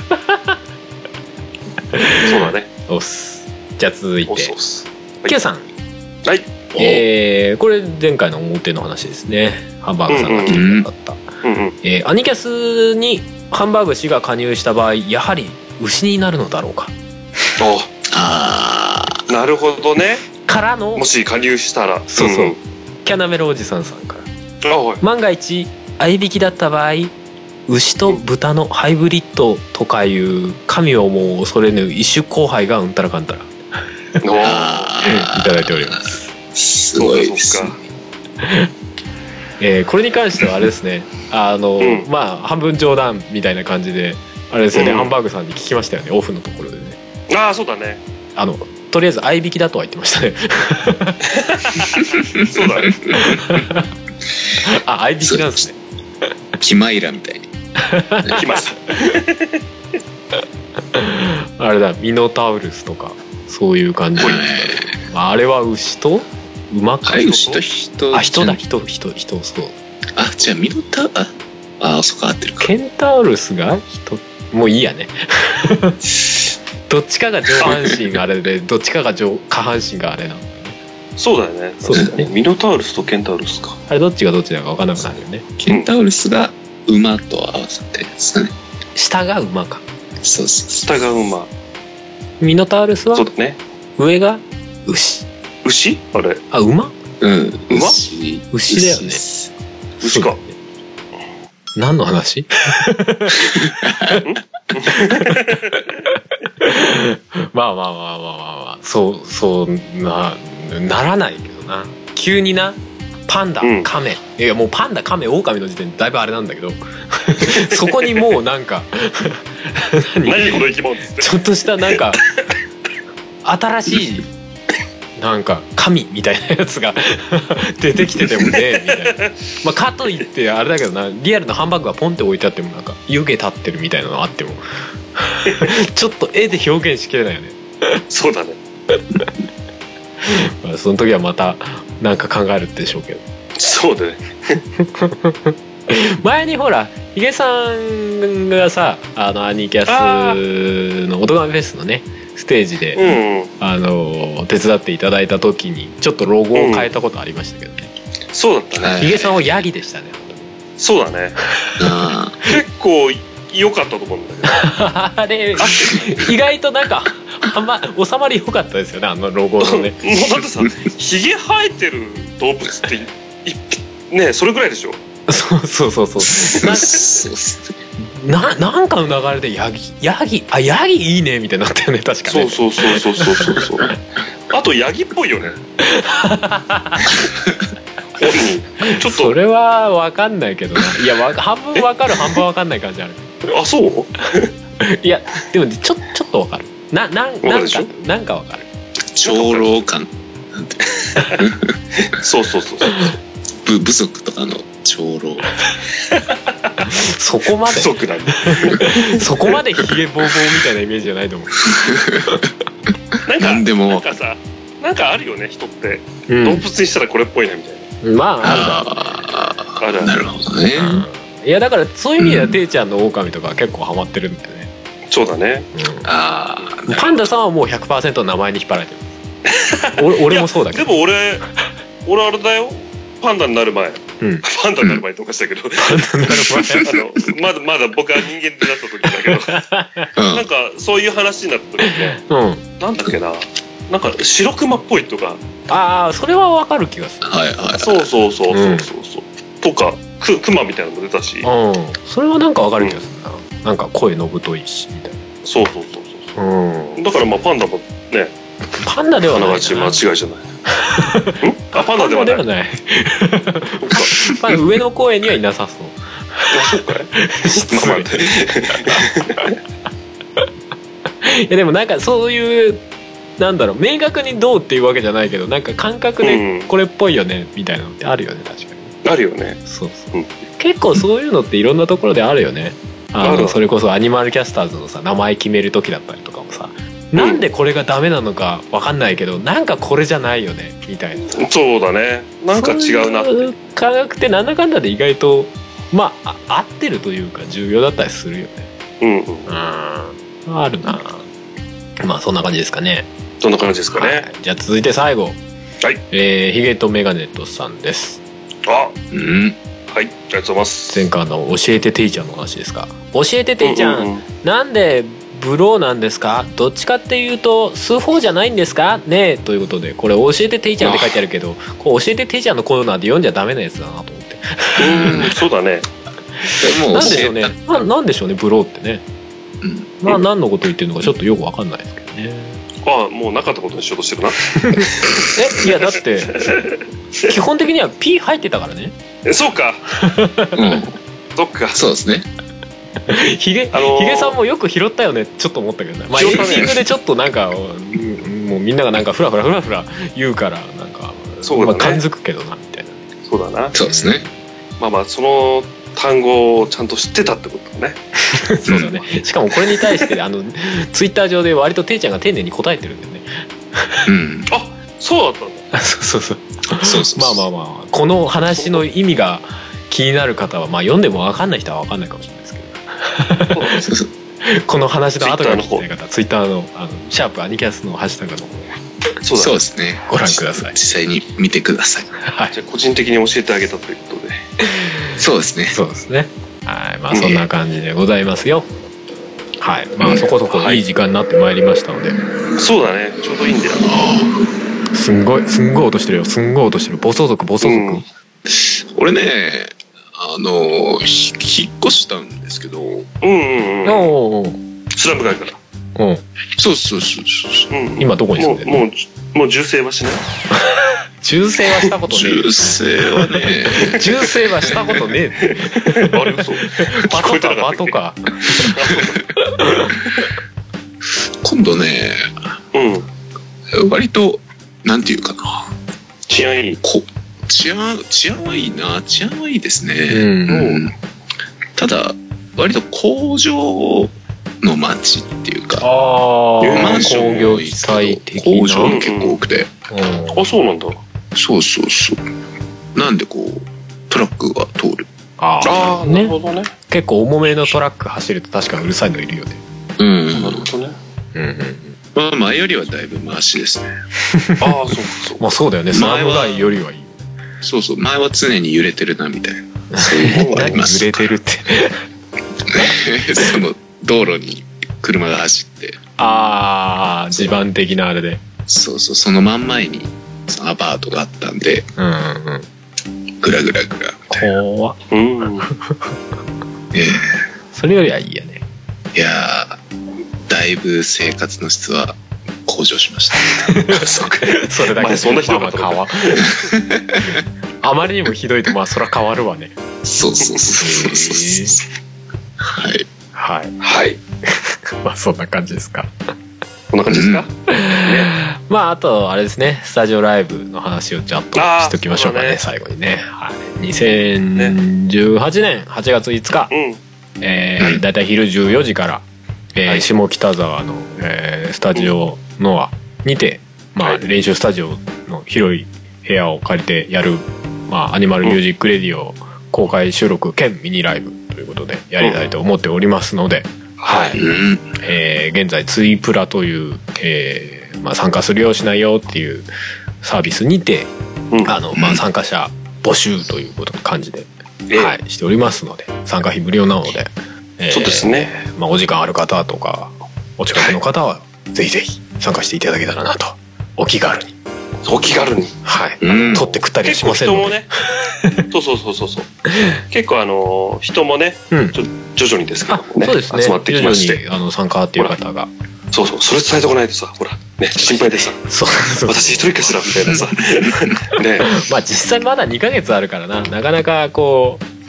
S1: そうだね。
S3: おっす。じゃあ続いて
S1: お、そうっす。い
S3: Q さん。
S1: はい。
S3: えー、これ前回の表の話ですね。ハンバーグさんが気になった。
S1: うんうん。
S3: えーアニキャスにハンバーグ氏が加入した場合、やはり牛になるのだろうか。
S4: あ
S1: おなるほどね。
S3: からの
S1: もし加入したら。
S3: そうそうん
S1: ん
S3: キャナメルおじさんさんから。
S1: あ、おい。
S3: 万が一、合いびきだった場合、牛と豚のハイブリッドとかいう神をもう恐れぬ一種交配がうんたらかんたらい
S1: お
S4: ー
S1: ー
S4: あ
S3: ただいております。
S4: ーすごいです
S1: そう
S4: ね
S1: か
S3: えーこれに関してはあれですねあの、
S1: うん
S3: まあ半分冗談みたいな感じであれですよね、
S1: うん
S3: ハンバーグさんに聞きましたよねオフのところでね
S1: そうかあー、そうだね。
S3: あのとりあえず合いびきだとは言ってましたね
S1: そうだね。
S3: あ合いびきなんですね
S4: キマイラみたいに
S1: 来ました。
S3: あれだミノタウルスとかそういう感じ、
S4: はい
S3: まあ、あれは牛と馬か、
S4: はい牛と人
S3: あ人だ
S4: じ
S3: 人人人そう
S4: ゃあじゃあミノタああそっか合ってるか
S3: ケンタウルスが人もういいやね どっちかが上半身があれでどっちかが上下半身があれな
S1: そうだよね。
S3: そうだね
S1: ミノタウルスとケンタウルスか。
S3: あれどっちがどっちだか分かんなくなるよね
S4: ケンタウルスが馬と合わせてですかね
S3: 下が馬か
S4: そうそうそう
S1: 下が馬。
S3: ミノタウルスは
S1: そうだね。
S3: 上が牛
S1: 牛あれ。
S3: あ馬
S4: うん
S1: 馬
S4: 牛
S3: 牛だよね
S4: です
S1: 牛か
S3: そうだね何の話まあまあまあまあまあまあそうそうなならないけどな急になパンダ、
S1: うん
S3: カメいやもうパンダカメオオカミの時点でだいぶあれなんだけど そこにもうなんか何
S1: 何この生き物っつって。
S3: ちょっとしたなんか新しいなんか神みたいなやつが 出てきててもねみたいな、まあ、かといってあれだけどなリアルなハンバーグがポンって置いてあってもなんか湯気立ってるみたいなのあっても ちょっと絵で表現しきれないよね、
S1: そうだね。
S3: まあ、その時はまたなんか考えるでしょうけど
S1: そうだね。
S3: 前にほらヒゲさんがさあのアニキャ
S1: あ
S3: スの「オトガメフェス」のねステージで、
S1: うんうん。
S3: あの手伝っていただいた時にちょっとロゴを変えたことありましたけどね、
S1: そうだったね。
S4: はい
S3: ヒゲさんはヤギでしたね本当に
S1: そうだね。
S4: あー
S1: 結構良かったと思うんだけど。
S3: あれ意外となんかあんま収まり良かったですよねあのロゴのね
S1: もうだってさ、ひげ生えてる動物っていいねそれぐらいでしょ。
S3: そうそうそうそう
S4: そうそうそう
S3: ななんかの流れでヤギヤギあヤギいいねみたいになったよね確か
S1: そ
S3: ね
S1: うそうそうそうそうそうそう。 あとヤギっぽいよ ね。うんちょっ
S3: それは分かんないけどないやわ半分分かる半分分かんない感じある
S1: とあそう？
S3: いやでもちょちょっと分かるななん
S1: わか
S3: な
S1: る
S3: ん
S1: でし
S3: か
S1: ょ
S3: なんか分かる
S4: 長老感
S1: そうそうそうそう。
S4: 部部族とかの長老
S3: そこま
S1: 不足なんで。
S3: でそこまでヒゲボーボーみたいなイメージじゃないと思う、
S1: なん
S4: な
S1: か
S4: ん、で
S1: なん
S4: も、
S1: かさ、なんかあるよね、人って。
S3: う
S1: 動物にしたらこれっぽいなみたい
S3: ん、まああるだ
S1: な。ある
S3: ろう
S4: ああ、
S1: あ
S4: な
S1: る。
S4: るほどね。
S3: いやだからそういう意味では
S4: うん
S3: ていちゃんの狼とか結構ハマってるんだよね、
S1: そうだね。
S4: あ
S3: うん、パンダさんはもう100%名前に引っ張られてる 俺俺もそうだけ
S1: で
S3: ど
S1: も俺、俺あれだよ。パンダになる前。
S3: うん
S1: パンダになる前っておかしいんだ けど。あのまだまだ僕は人間ってなった時だけど
S4: あ、う
S1: なん
S4: ん。
S1: かそういう話になった時ね
S3: うん
S1: なんだっけななんか白熊っぽいとか
S3: ああそれはわかる気がする
S4: はいはい。
S1: そうそうそうそ
S3: うん
S1: うそうそう、とかく熊みたいなのも出たし
S3: うんそれはなんかわかる気がするな、なんか声のぶといしみたい
S1: そうそうそうそ
S3: なう
S1: うだからまあパンダも
S3: パンダでは
S1: あ
S3: な
S1: ないがち間違いじゃないんあパンダではない
S3: パンダではない
S1: そっか
S3: パンダ上の公園にはいなさ そう失
S1: まあまあ
S3: 礼いやでもなんかそういうなんだろう明確にどうっていうわけじゃないけどなんか感覚で
S1: うん
S3: これっぽいよねみたいなのってあるよね確かに
S1: あるよね
S3: そうそう、
S1: うん
S3: 結構そういうのっていろんなところであるよねあ
S1: あ
S3: の
S1: る
S3: それこそアニマルキャスターズのさ名前決める時だったりとかもさ、
S1: うん
S3: なんでこれがダメなのかわかんないけどなんかこれじゃないよねみたいなさ
S1: そうだねなんか違うな
S3: そういう科学ってなんだかんだで意外とまああ合ってるというか重要だったりするよね
S1: うんうん
S3: あるなまあそんな感じですかね
S1: そんな感じですかね
S3: はいじゃあ続いて最後
S1: はい
S3: えーヒゲとメガネとさんです
S1: あ
S4: うん。
S1: はいありがとうございます
S3: 前回の教えてていちゃんの話ですか教えてていちゃん、
S1: ううう
S3: なんでブローなんですかどっちかっていうと数法じゃないんですかねえということでこれ教えてていちゃんって書いてあるけどこう教えてていちゃんのコーナーで読んじゃダメなやつだなと思って
S1: うんそうだね
S4: でも
S3: なん
S4: 教
S3: でしょう
S4: え
S3: ね
S4: た。
S3: ななんでしょうねブローってね、
S4: うん
S3: まあ何のこと言ってるのかちょっとよくわかんないですけどね
S1: あもうなかったことにしようとしてるな
S3: えいやだって基本的には P 入ってたからね
S1: えそうか
S4: うん。
S1: そっか
S4: そうですね。
S3: ヒゲ、
S1: あのー
S3: ヒゲさんもよく拾ったよねちょっと思ったけどねまあエ
S1: 拾
S3: ン
S1: っ
S3: デ
S1: たね
S3: ィングでちょっとなんか、うんもうみんながなんかフラフラフラフラ言うからなんか
S1: そうだね
S3: まあ感づくけどなみたいな
S1: そうだな
S4: そうですね。
S1: まあまあその単語をちゃんと知ってたってことだね
S3: そうだね。しかもこれに対して、あの、ツイッター上で割とていちゃんが丁寧に答えてるんだよね。
S4: うん。
S1: そうだったんだ
S3: そうそうそう。
S4: そうそうそう。
S3: まあまあまあ、この話の意味が気になる方は、まあ読んでもわかんない人はわかんないかもしれないですけど、
S4: そうそう
S3: この話の後が聞きたい方、ツイッターの、あの、シャープアニキャスのハッシュタグの方へ
S1: そうだ
S4: そう
S1: ね
S4: ですね。
S3: ご覧ください
S4: 実際に見てください。
S3: はい。
S1: じゃあ個人的に教えてあげたということで
S4: そうですね。
S3: そうですね。はい。まあそんな感じでございますよ。はい。まあそこそこいい時間になってまいりましたので、
S1: そうだねちょうどいいんだよ
S3: すんごい、すんごい音してるよ。すんごい音してる。暴走族、暴走
S1: う
S3: 族
S1: ん。
S4: 俺ね、あの、ひ引っ越したんですけど、
S1: うんうんうん
S3: おー
S1: スラム街から
S3: おーおー
S4: そうそうそうそう。
S1: うん
S3: 今どこに住
S1: も
S3: ん
S1: う
S3: でる
S1: もうもう銃声はしない
S3: 銃声はしたことねえよ
S4: 銃声はね、
S3: 銃声はしたことねえ
S1: あれ 嘘
S3: バトかバトか
S4: 今度ね、
S1: うん
S4: 割と、なんていうかな、
S1: 治安いい
S4: こ治安、治安はいいな、治安はいいです
S3: う
S4: ね。
S3: ん
S4: うんただ、割と工場の街っていうか、
S3: あ
S1: ー
S4: マンショ
S3: 工
S4: ン
S3: 業
S4: 多い
S3: 地帯
S4: け
S3: 的
S4: ど工
S3: な
S4: 場も結構多くて、
S3: うん
S1: あそうなんだ
S4: そうそうそう。なんでこう、トラックが通る。
S3: あ
S1: あ
S3: あ
S1: あなる
S3: ね
S1: ほどね
S3: 結構重めのトラック走ると確かにうるさいのいるよね
S4: うん
S1: なるほどね
S4: まあ、前よりはだいぶマシですね。
S1: ああそうかそうか
S3: まあそうだよねス
S4: 前は
S3: ラム街よりはいい
S4: そうそう、前は常に揺れてるな、みたいな。そういうのがあり
S3: 何
S4: ま
S3: 揺
S4: す。
S3: れてるって
S4: その、道路に車が走って、
S3: ああ地盤的なあれで
S4: そうそう、その真ん前に、そのアパートがあったんで、
S3: うんうん
S4: ぐらぐらぐら。
S3: 怖っ
S1: うん
S4: え
S3: それよりはいいやね
S4: えいやー、だいぶ生活の質は向上しました。
S1: そうか
S3: それだけ
S1: 前そんなひどかったの
S3: まあまあ変わ あまりにもひどいとまあそら変わるわね
S4: そうそうそうそうそうそう。はい。
S3: はい
S1: はい
S3: まあそんな感じですか
S1: こんな感じですか
S3: まああとあれですねスタジオライブの話をちゃんとしときましょうかね
S1: あー
S3: 最後にね、はい2018年8月5日、
S1: うん。
S3: えーだいたい昼14時から、えー
S1: はい
S3: 下北沢の、えースタジオノアにて、まあ、
S1: はい
S3: 練習スタジオの広い部屋を借りてやる、まあ、アニマルミュージックレディオ公開収録兼ミニライブということでやりたいと思っておりますので、はい
S4: うん。
S3: えー現在ツイプラという、えーまあ、参加するよしないよっていうサービスにて、
S1: うん
S3: あのまあ、参加者募集ということの感じで、
S1: ええ
S3: はい、しておりますので参加費無料なので、えー
S1: そうですね。
S3: まあ、お時間ある方とかお近くの方はぜひぜひ参加していただけたらなとお気軽に、
S1: お気軽に。
S3: はい
S4: うん。
S3: 取って食ったりは
S1: 結
S3: し
S1: 構
S3: ません
S1: 人
S3: の
S1: も
S3: で、
S1: ね。 そうそうそうそうそう。結構あのー人もね、
S3: うん
S1: ちょ徐々にですけど
S3: あ
S1: もね、
S3: そうですね
S1: 集まってきまし
S3: 徐
S1: て。
S3: 々にあの参加っていう方が
S1: そうそう、それ伝えておかないとさ、ほら、ね、心配でさ、
S3: そうそう
S1: 私一人かしらみたいな さ、ね、
S3: まあ実際まだ2ヶ月あるからななかなかこう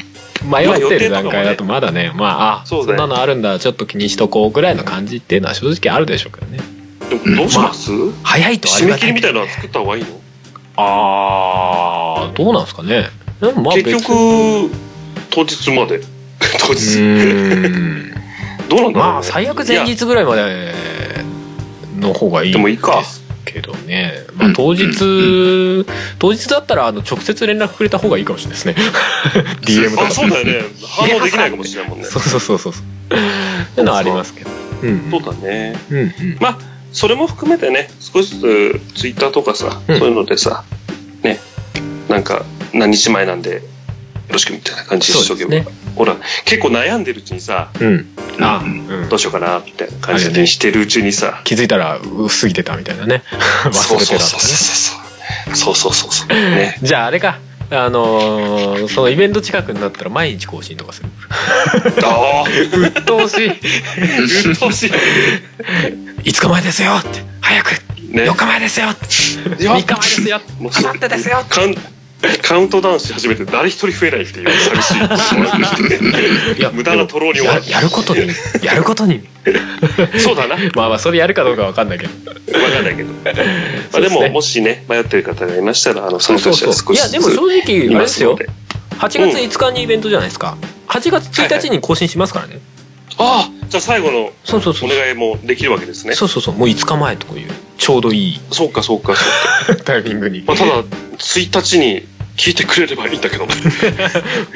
S3: 迷ってる段階だとまだねまああ
S1: そ
S3: そ,、
S1: うだ
S3: ん
S1: よ
S3: なのあるんだちょっと気にしとこうぐらいの感じっていうのは正直あるでしょうけどね
S1: でもどうします、
S3: 早いとあり
S1: 締
S3: が
S1: め切
S3: たい
S1: りみたいなの作った方がいいの、
S3: あーどうなんですかねでもまあ
S1: 結
S3: 別に
S1: 局、当日まで。 当
S3: う
S1: 日、
S3: ーん
S1: どうなんだろうね、
S3: まあ最悪前
S1: いや
S3: 日ぐらいまでの方がいい
S1: でもいいか
S3: ですけどね、まあ、当
S4: う
S3: 日当日だったらあの直接連絡くれた方がいいかもしれ ないですね DM とか
S1: あ、そうだよね。反応できないかもしれないもんね。
S3: そうそうそうそうそうっていうのはありますけどうん
S1: そうだね。
S3: うんうん
S1: それも含めてね、少しずつツイッターとかさ、
S3: うん
S1: そういうのでさ、ね、なんか、何日前なんで、よろしくみたいな感じにし
S3: そ
S1: と
S3: う
S1: け
S3: です
S1: ば、
S3: ね
S1: ほら、結構悩んでるうちにさ、
S3: うんあ、
S4: う
S3: うんん
S1: どうしようかな、みたいな感
S3: あ
S1: じ
S3: れね
S1: にしてるうちにさ、
S3: 気づいたら薄ぎてたみたいなね 忘
S1: そう
S3: れてた
S1: そ
S3: と
S1: う
S3: か
S1: そう
S3: ね
S1: そうそう。そうそうそうそう。 ね。
S3: じゃああれかあのーそのイベント近くになったら毎日更新とかする
S1: ああ、
S3: 鬱陶し い
S1: うっとうしい。
S3: 5日前ですよって早く
S1: ね。
S3: 4日前ですよって
S1: いや
S3: 3日前ですよって
S1: もう
S3: あさってですよ
S1: カウンカウントダウンし始めて誰一人増えないっていう寂しい
S3: いや
S1: 無駄なトローに終わ
S3: や
S1: る
S3: やることにやることに
S1: そうだな分
S3: まあまあそれやるかどうかわかんないけど
S1: かんないけどま
S3: そ
S1: あ
S3: うで
S1: です
S3: ね
S1: も、もしね、迷ってる方がいましたら、あの、
S3: そ
S1: 参
S3: うそ
S1: 加者
S3: うそう
S1: 少
S3: い
S1: し
S3: や
S1: ず
S3: でも
S1: つ
S3: 正直あ
S1: い
S3: れ
S1: ま
S3: です
S1: すの
S3: よ
S1: で。
S3: 8月5日にイベントじゃないですか8月1日に更新しますからね
S1: ああ、じゃあ最後の
S3: そうそうそ
S1: お
S3: う
S1: 願いもできるわけですね。
S3: そうそうそうもう5日前とかいうちょうどいい
S1: そうか、そうか。そうか
S3: タイミングに
S1: まあ、ただ、1日に聞いてくれればいいんだけど。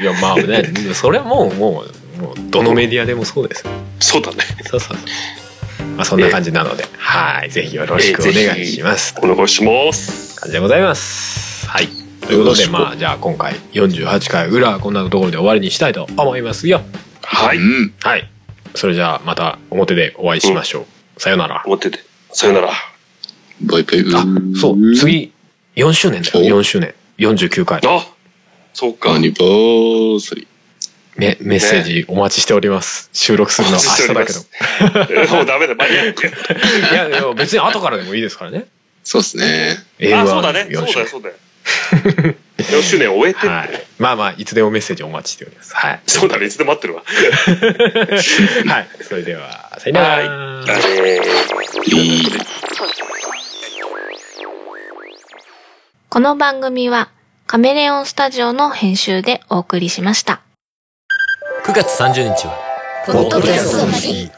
S3: いやまあねそれはもうもうもうどのメディアでもそうです
S1: そうだね。
S3: そうそうそうまあそんな感じなので、はいぜひよろしくお願いします、
S1: お願いします。
S3: 感じでございますはいということでまあじゃあ今回48回裏こんなところで終わりにしたいと思いますよ
S1: は
S4: う
S1: い。
S4: ん。
S3: はいそれじゃあまた表でお会いしましょう、さよなら
S1: 思ってて。さよなら。
S4: バイバイ。
S3: あそう。次4周年だよ4周年49回
S1: あそうか
S4: ア。ニバーサリー。
S3: メメッセージお待ちしております収録するのは明日だけど
S1: えもうダメだ、間に合って。
S3: いやいや別に後からでもいいですからね
S4: そうですね。
S1: あ、
S3: A1
S1: そうだね。そう
S3: 4周
S1: だよ、
S3: 年
S1: そうだよ。4周 年終えて。
S3: はいまあまあいつでもメッセージお待ちしておりま すはい、
S1: そうだね、いつでも待ってるわ。
S3: はい、それではさよなら、
S1: えー
S4: いい。
S2: この番組はカメレオンスタジオの編集でお送りしました。
S5: 9月30日は、
S6: ポッドキャストの日